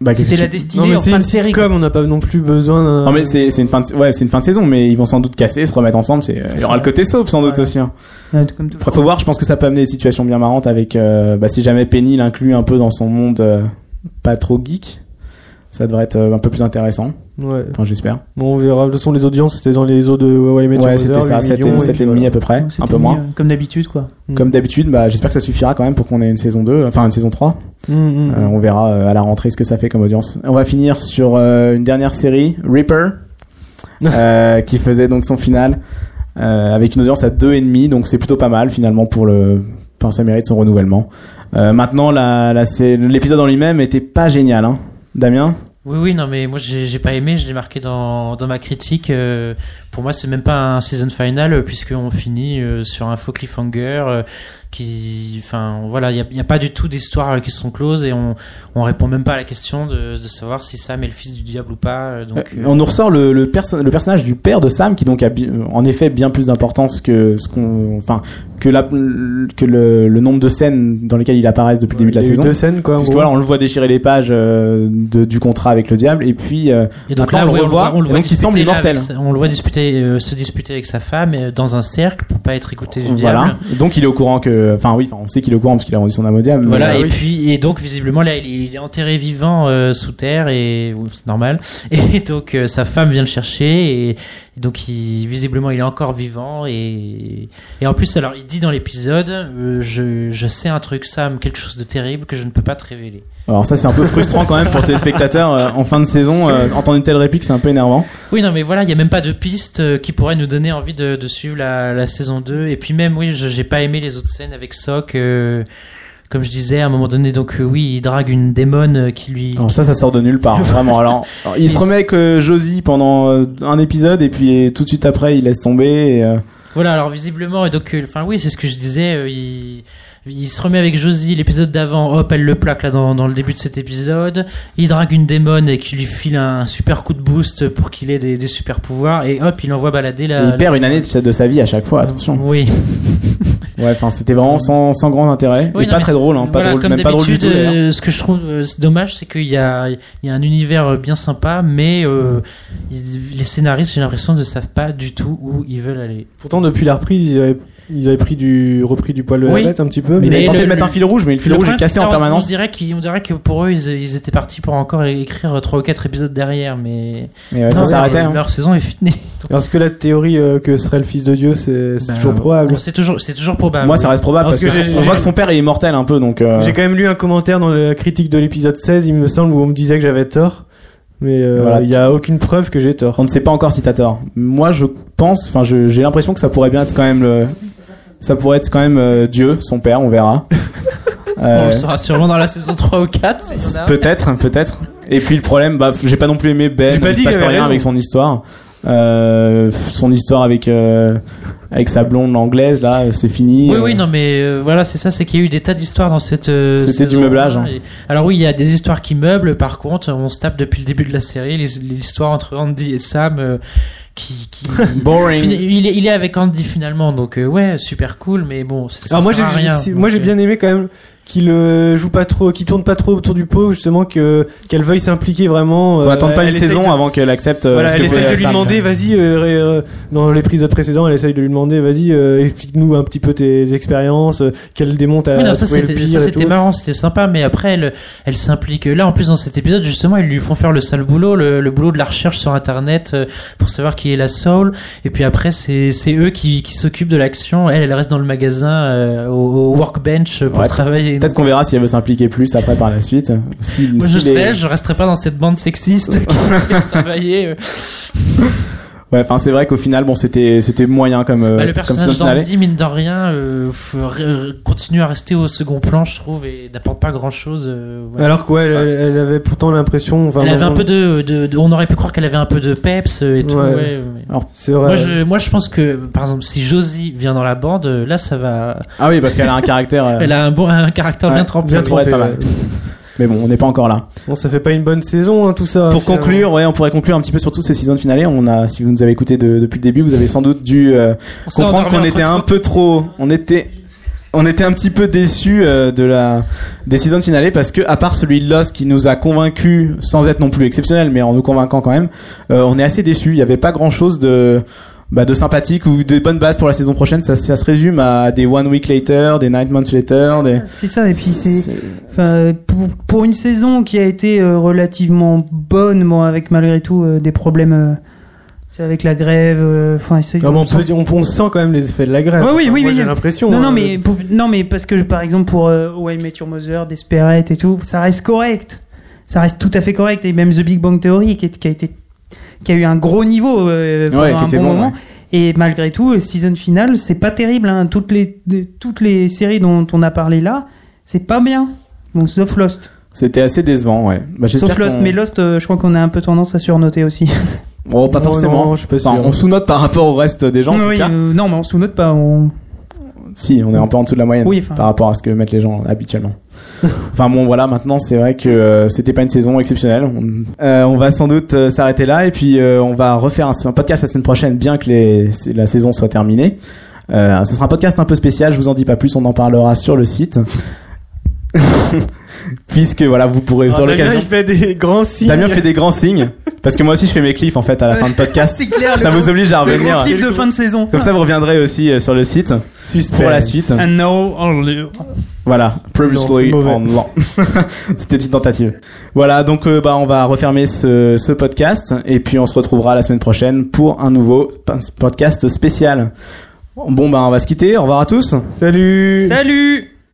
Bah, qu'est-ce que
C'était
tu-
la
non,
destinée
mais
en
c'est
fin
une
de série.
sitcom, on n'a pas non plus besoin d'un.
Non mais c'est c'est une fin de ouais c'est une fin de saison mais ils vont sans doute casser se remettre ensemble c'est il y aura le côté soap sans doute
Voilà.
aussi hein.
quoi. Euh, Comme tout.
Après, faut voir je pense que ça peut amener des situations bien marrantes avec euh, bah, si jamais Penny l'inclut un peu dans son monde euh, pas trop geek ça devrait être euh, un peu plus intéressant
Ouais.
enfin j'espère
Bon, on verra. De toute façon, les audiences, c'était dans les eaux de Hawaii Met Your
ouais
Mother,
c'était ça
8
7
millions,
et
et puis
sept et
voilà.
demi à peu près
C'était
un peu
mis,
moins
euh, Comme d'habitude, quoi.
comme d'habitude bah j'espère que ça suffira quand même pour qu'on ait une saison 2 enfin une saison 3
Mm, mm.
Euh, on verra euh, à la rentrée ce que ça fait comme audience. On va finir sur euh, une dernière série, Reaper, euh, qui faisait donc son final euh, avec une audience à 2,5, donc c'est plutôt pas mal finalement pour le. Enfin, ça mérite son renouvellement. Euh, maintenant, la, la, c'est- l'épisode en lui-même était pas génial, hein. Damien
Oui, oui, non, mais moi j'ai j'ai pas aimé, je l'ai marqué dans, dans ma critique. euh, pour moi, c'est même pas un season final, euh, puisqu'on finit euh, sur un faux cliffhanger euh, qui. Enfin, voilà, il n'y a, pas du tout d'histoire euh, qui sont closes et on, on répond même pas à la question de, de savoir si Sam est le fils du diable ou pas. euh, donc,
Euh,
euh,
On nous ressort le, le, perso- le personnage du père de Sam, qui donc a bi- euh, en effet bien plus d'importance que ce qu'on. Enfin, que, la, que le, le nombre de scènes dans lesquelles il apparaît depuis le début de la
Il y a eu
saison.
Deux scènes, quoi. en
Puisque
gros.
voilà, on le voit déchirer les pages euh, de- du contrat avec le diable, et puis euh,
Et donc
Maintenant,
là,
on le
oui, on le
revoit,
voit, on le
et
voit
donc il
discuter
semble
là
immortel.
avec sa- on le voit disputer, euh, se disputer avec sa femme euh, dans un cercle pour pas être écouté du
voilà.
diable.
Donc il est au courant que, enfin oui, enfin, on sait qu'il est au courant parce qu'il a rendu son âme au diable. mais,
Voilà,
euh,
et
oui.
puis et donc visiblement là, il, il est enterré vivant euh, sous terre et ou, c'est normal. <laughs> Et donc euh, sa femme vient le chercher et, et donc il, visiblement il est encore vivant et et en plus alors il dit dans l'épisode euh, je je sais un truc Sam quelque chose de terrible que je ne peux pas te révéler.
Alors ça c'est un peu frustrant quand
<laughs>
même pour tes spectateurs euh, en fin de saison. euh, entendre une telle réplique c'est un peu énervant.
Oui, non, mais voilà, il n'y a même pas de piste euh, qui pourrait nous donner envie de, de suivre la, la saison 2. Et puis même, oui, je- j'ai pas aimé les autres scènes avec Sok. euh, comme je disais, à un moment donné, donc euh, oui, il drague une démone euh, qui lui...
Alors ça ça sort de nulle
<laughs>
part, vraiment. Alors, alors, il se remet avec euh, Josie pendant euh, un épisode et puis euh, tout de suite après il laisse tomber. Et, euh,
Voilà, alors visiblement, et donc, euh, enfin oui, c'est ce que je disais, euh, il... Il se remet avec Josie, l'épisode d'avant, hop, elle le plaque là dans, dans le début de cet épisode. Il drague une démone et qui lui file un super coup de boost pour qu'il ait des, des super pouvoirs. Et hop, il envoie balader la...
il perd une année de, de sa vie à chaque fois. Attention.
Oui.
Ouais, enfin c'était vraiment sans, sans grand intérêt
Oui,
et
non,
pas
mais
très
c'est-
drôle, hein, pas
voilà,
drôle,
comme
même pas drôle du tout.
d'habitude,
d'ailleurs.
euh, ce que je trouve euh, c'est dommage, c'est qu'il y a, il y a un univers euh, bien sympa, mais euh, ils- les scénaristes, j'ai l'impression, ne savent pas du tout où ils veulent aller.
Pourtant, depuis la reprise, ils avaient, ils avaient pris du, repris du poil de
Oui.
la bête un petit peu.
Ils
Mais
avaient tenté
le-
de mettre un fil rouge, mais le fil rouge est
problème,
cassé
c'est que
en
là, on- On
permanence.
dirait, qu'ils- on dirait que pour eux, ils, ils étaient partis pour encore é- écrire 3 ou 4 épisodes derrière, mais
Et ouais,
Non,
ça
c'est-
s'arrêtait. hein.
leur saison est finie.
Parce que la théorie euh, que serait le fils de Dieu, c'est c'est
Ben,
toujours probable.
C'est toujours, c'est toujours probable.
Moi, ça reste probable parce,
Parce que
que,
j'ai-
on voit que son père est immortel un peu, donc. euh,
J'ai quand même lu un commentaire dans la critique de l'épisode 16, il me semble, où on me disait que j'avais tort. Mais euh, il
Voilà.
n'y a aucune preuve que j'ai tort.
On ne sait pas encore si t'as tort. Moi, je pense, enfin, je- j'ai l'impression que ça pourrait bien être quand même le. Ça pourrait être quand même euh, Dieu, son père, on verra.
<laughs> On
Euh,
le saura sûinement dans la saison 3 ou 4. si on a-
peut-être, peut-être. Et puis le problème, bah, f- j'ai pas non plus aimé Ben.
J'ai pas
il se
dit
passe
qu'il avait
rien
raison.
avec son histoire. Euh, son histoire avec euh, avec sa blonde anglaise là, c'est fini.
Oui,
Euh,
oui, non, mais euh, voilà, c'est ça, c'est qu'il y a eu des tas d'histoires dans cette. euh,
C'était du
saison.
meublage, hein.
Et- Alors, oui, il y a des histoires qui meublent, par contre, on se tape depuis le début de la série, les- l'histoire entre Andy et Sam euh, qui. qui-
<laughs> Boring.
Fina- Il est, il est avec Andy finalement, donc euh, ouais, super cool, mais bon, ça, ça
Alors moi j'ai
sert à rien.
si- moi
Donc,
j'ai
euh,
bien aimé quand même qu'il euh, joue pas trop, qu'il tourne pas trop autour du pot justement que qu'elle veuille s'impliquer vraiment.
Faut
euh,
attendre pas
elle
une
essaye
saison
de-
avant qu'elle accepte. euh,
Voilà,
ce que
elle
voulait
essaye de lui
Sam.
demander, vas-y, euh, ré- euh, dans l'épisode précédent, elle essaye de lui demander, vas-y, euh, explique-nous un petit peu tes expériences, euh, qu'elle démonte à
Oui, non, ça
trouver le
c'était ça,
pire et
c'était
tout.
marrant, c'était sympa, mais après elle, elle s'implique. Là en plus dans cet épisode justement ils lui font faire le sale boulot, le, le boulot de la recherche sur internet euh, pour savoir qui est la soul. Et puis après c'est c'est eux qui, qui s'occupent de l'action. Elle elle reste dans le magasin euh, au, au workbench euh, pour
Ouais,
travailler.
Peut-être qu'on verra si elle veut s'impliquer plus après par la suite. Si-
Moi, je
si les-
serais, je resterai pas dans cette
<laughs>
bande sexiste qui fait travailler. euh.
Ouais, enfin c'est vrai qu'au final bon c'était c'était moyen comme euh,
Bah, le
comme saison
personnage
finale.
d'Andy mine de rien euh, f- r- r- continue à rester au second plan je trouve et n'apporte pas euh, grand chose.
Alors quoi, elle, elle- elle avait pourtant l'impression. Enfin,
elle avait un
bon,
peu de, de- de- on aurait pu croire qu'elle avait un peu de peps euh, et tout.
Ouais.
ouais, mais-
C'est vrai.
Moi, je, moi, je pense que, par exemple, si Josie vient dans la bande, euh, là, ça va.
Ah oui parce qu'elle a un caractère. euh,
Elle a un bon, un caractère
ouais,
bien trempé.
ça pourrait être pas
trompé,
mal. Mais bon, on n'est pas encore là.
Bon, ça fait pas une bonne saison, hein, tout ça.
Pour
finalement.
conclure, ouais, on pourrait conclure un petit peu sur toutes ces saisons de finale. On a, si vous nous avez écouté de- depuis le début, vous avez sans doute dû euh,
On s'est
comprendre
endormi
qu'on
entre
était
temps.
un peu trop, on était, on était un petit peu déçus euh, de la des saisons de finale parce que à part celui de Lost qui nous a convaincus sans être non plus exceptionnel, mais en nous convainquant quand même, euh, on est assez déçus. Il n'y avait pas grand chose de bah, de sympathique ou de bonnes bases pour la saison prochaine. Ça, ça se résume à des one week later, des nine months later, des
C'est ça, et puis c'est.
C'est-
enfin, euh, pour, pour une saison qui a été euh, relativement bonne, bon, avec malgré tout euh, des problèmes. euh, c'est avec la grève. euh, Enfin, c'est-
Ah,
Non, mais Ah on, peut dire- on- on sent quand même les effets de la grève.
Ouais, oui,
Enfin,
oui,
moi,
oui,
J'ai
oui.
l'impression.
Non, non,
euh,
hein,
mais, pour- non, mais parce que par exemple pour euh, OM et Your Mother, Desperate et tout, ça reste correct. Ça reste tout à fait correct. Et même The Big Bang Theory qui, est- qui a, été, qui a eu un gros niveau euh, pendant
Ouais, qui
un
était
bon,
bon,
moment.
ouais.
Et malgré tout, euh, season finale, c'est pas terrible. hein. Toutes, les, de- toutes les séries dont on a parlé là, c'est pas bien. Bon, sauf Lost.
C'était assez décevant, ouais. Bah, j'espère
Sauf Lost,
qu'on-
mais Lost, euh, je crois qu'on a un peu tendance à surnoter aussi.
Oh, pas
Non,
forcément.
non, je suis pas sûr.
Enfin, on sous-note par rapport au reste des gens, en tout
<laughs> Oui,
cas.
euh, non, mais on sous-note pas. On...
Si, on est un peu en dessous de la moyenne
Oui, enfin.
par rapport à ce que mettent les gens habituellement. <laughs> enfin bon, voilà, maintenant c'est vrai que euh, c'était pas une saison exceptionnelle. On, euh, on va sans doute euh, s'arrêter là et puis euh, on va refaire un, un podcast la semaine prochaine, bien que les- c'est- la saison soit terminée. Euh, ça sera un podcast un peu spécial, je vous en dis pas plus, on en parlera sur le site. <laughs> Puisque voilà, vous pourrez
Ah,
sur
Damien,
l'occasion.
il fait des grands signes.
Damien fait des grands signes, parce que moi aussi je fais mes cliffs en fait à la
<laughs>
fin de podcast.
Ah, C'est clair,
Ça
le
vous oblige à
gros- le gros
revenir.
clip de fin de saison.
Comme ça, vous reviendrez aussi euh, sur le site
Suspense.
pour la suite.
And now, I'll-
Voilà, previously
Non, c'est mauvais.
on Law. <laughs> C'était une tentative. Voilà, donc euh, bah on va refermer ce, ce podcast et puis on se retrouvera la semaine prochaine pour un nouveau p- podcast spécial. Bon bah on va se quitter. Au revoir à tous.
Salut.
Salut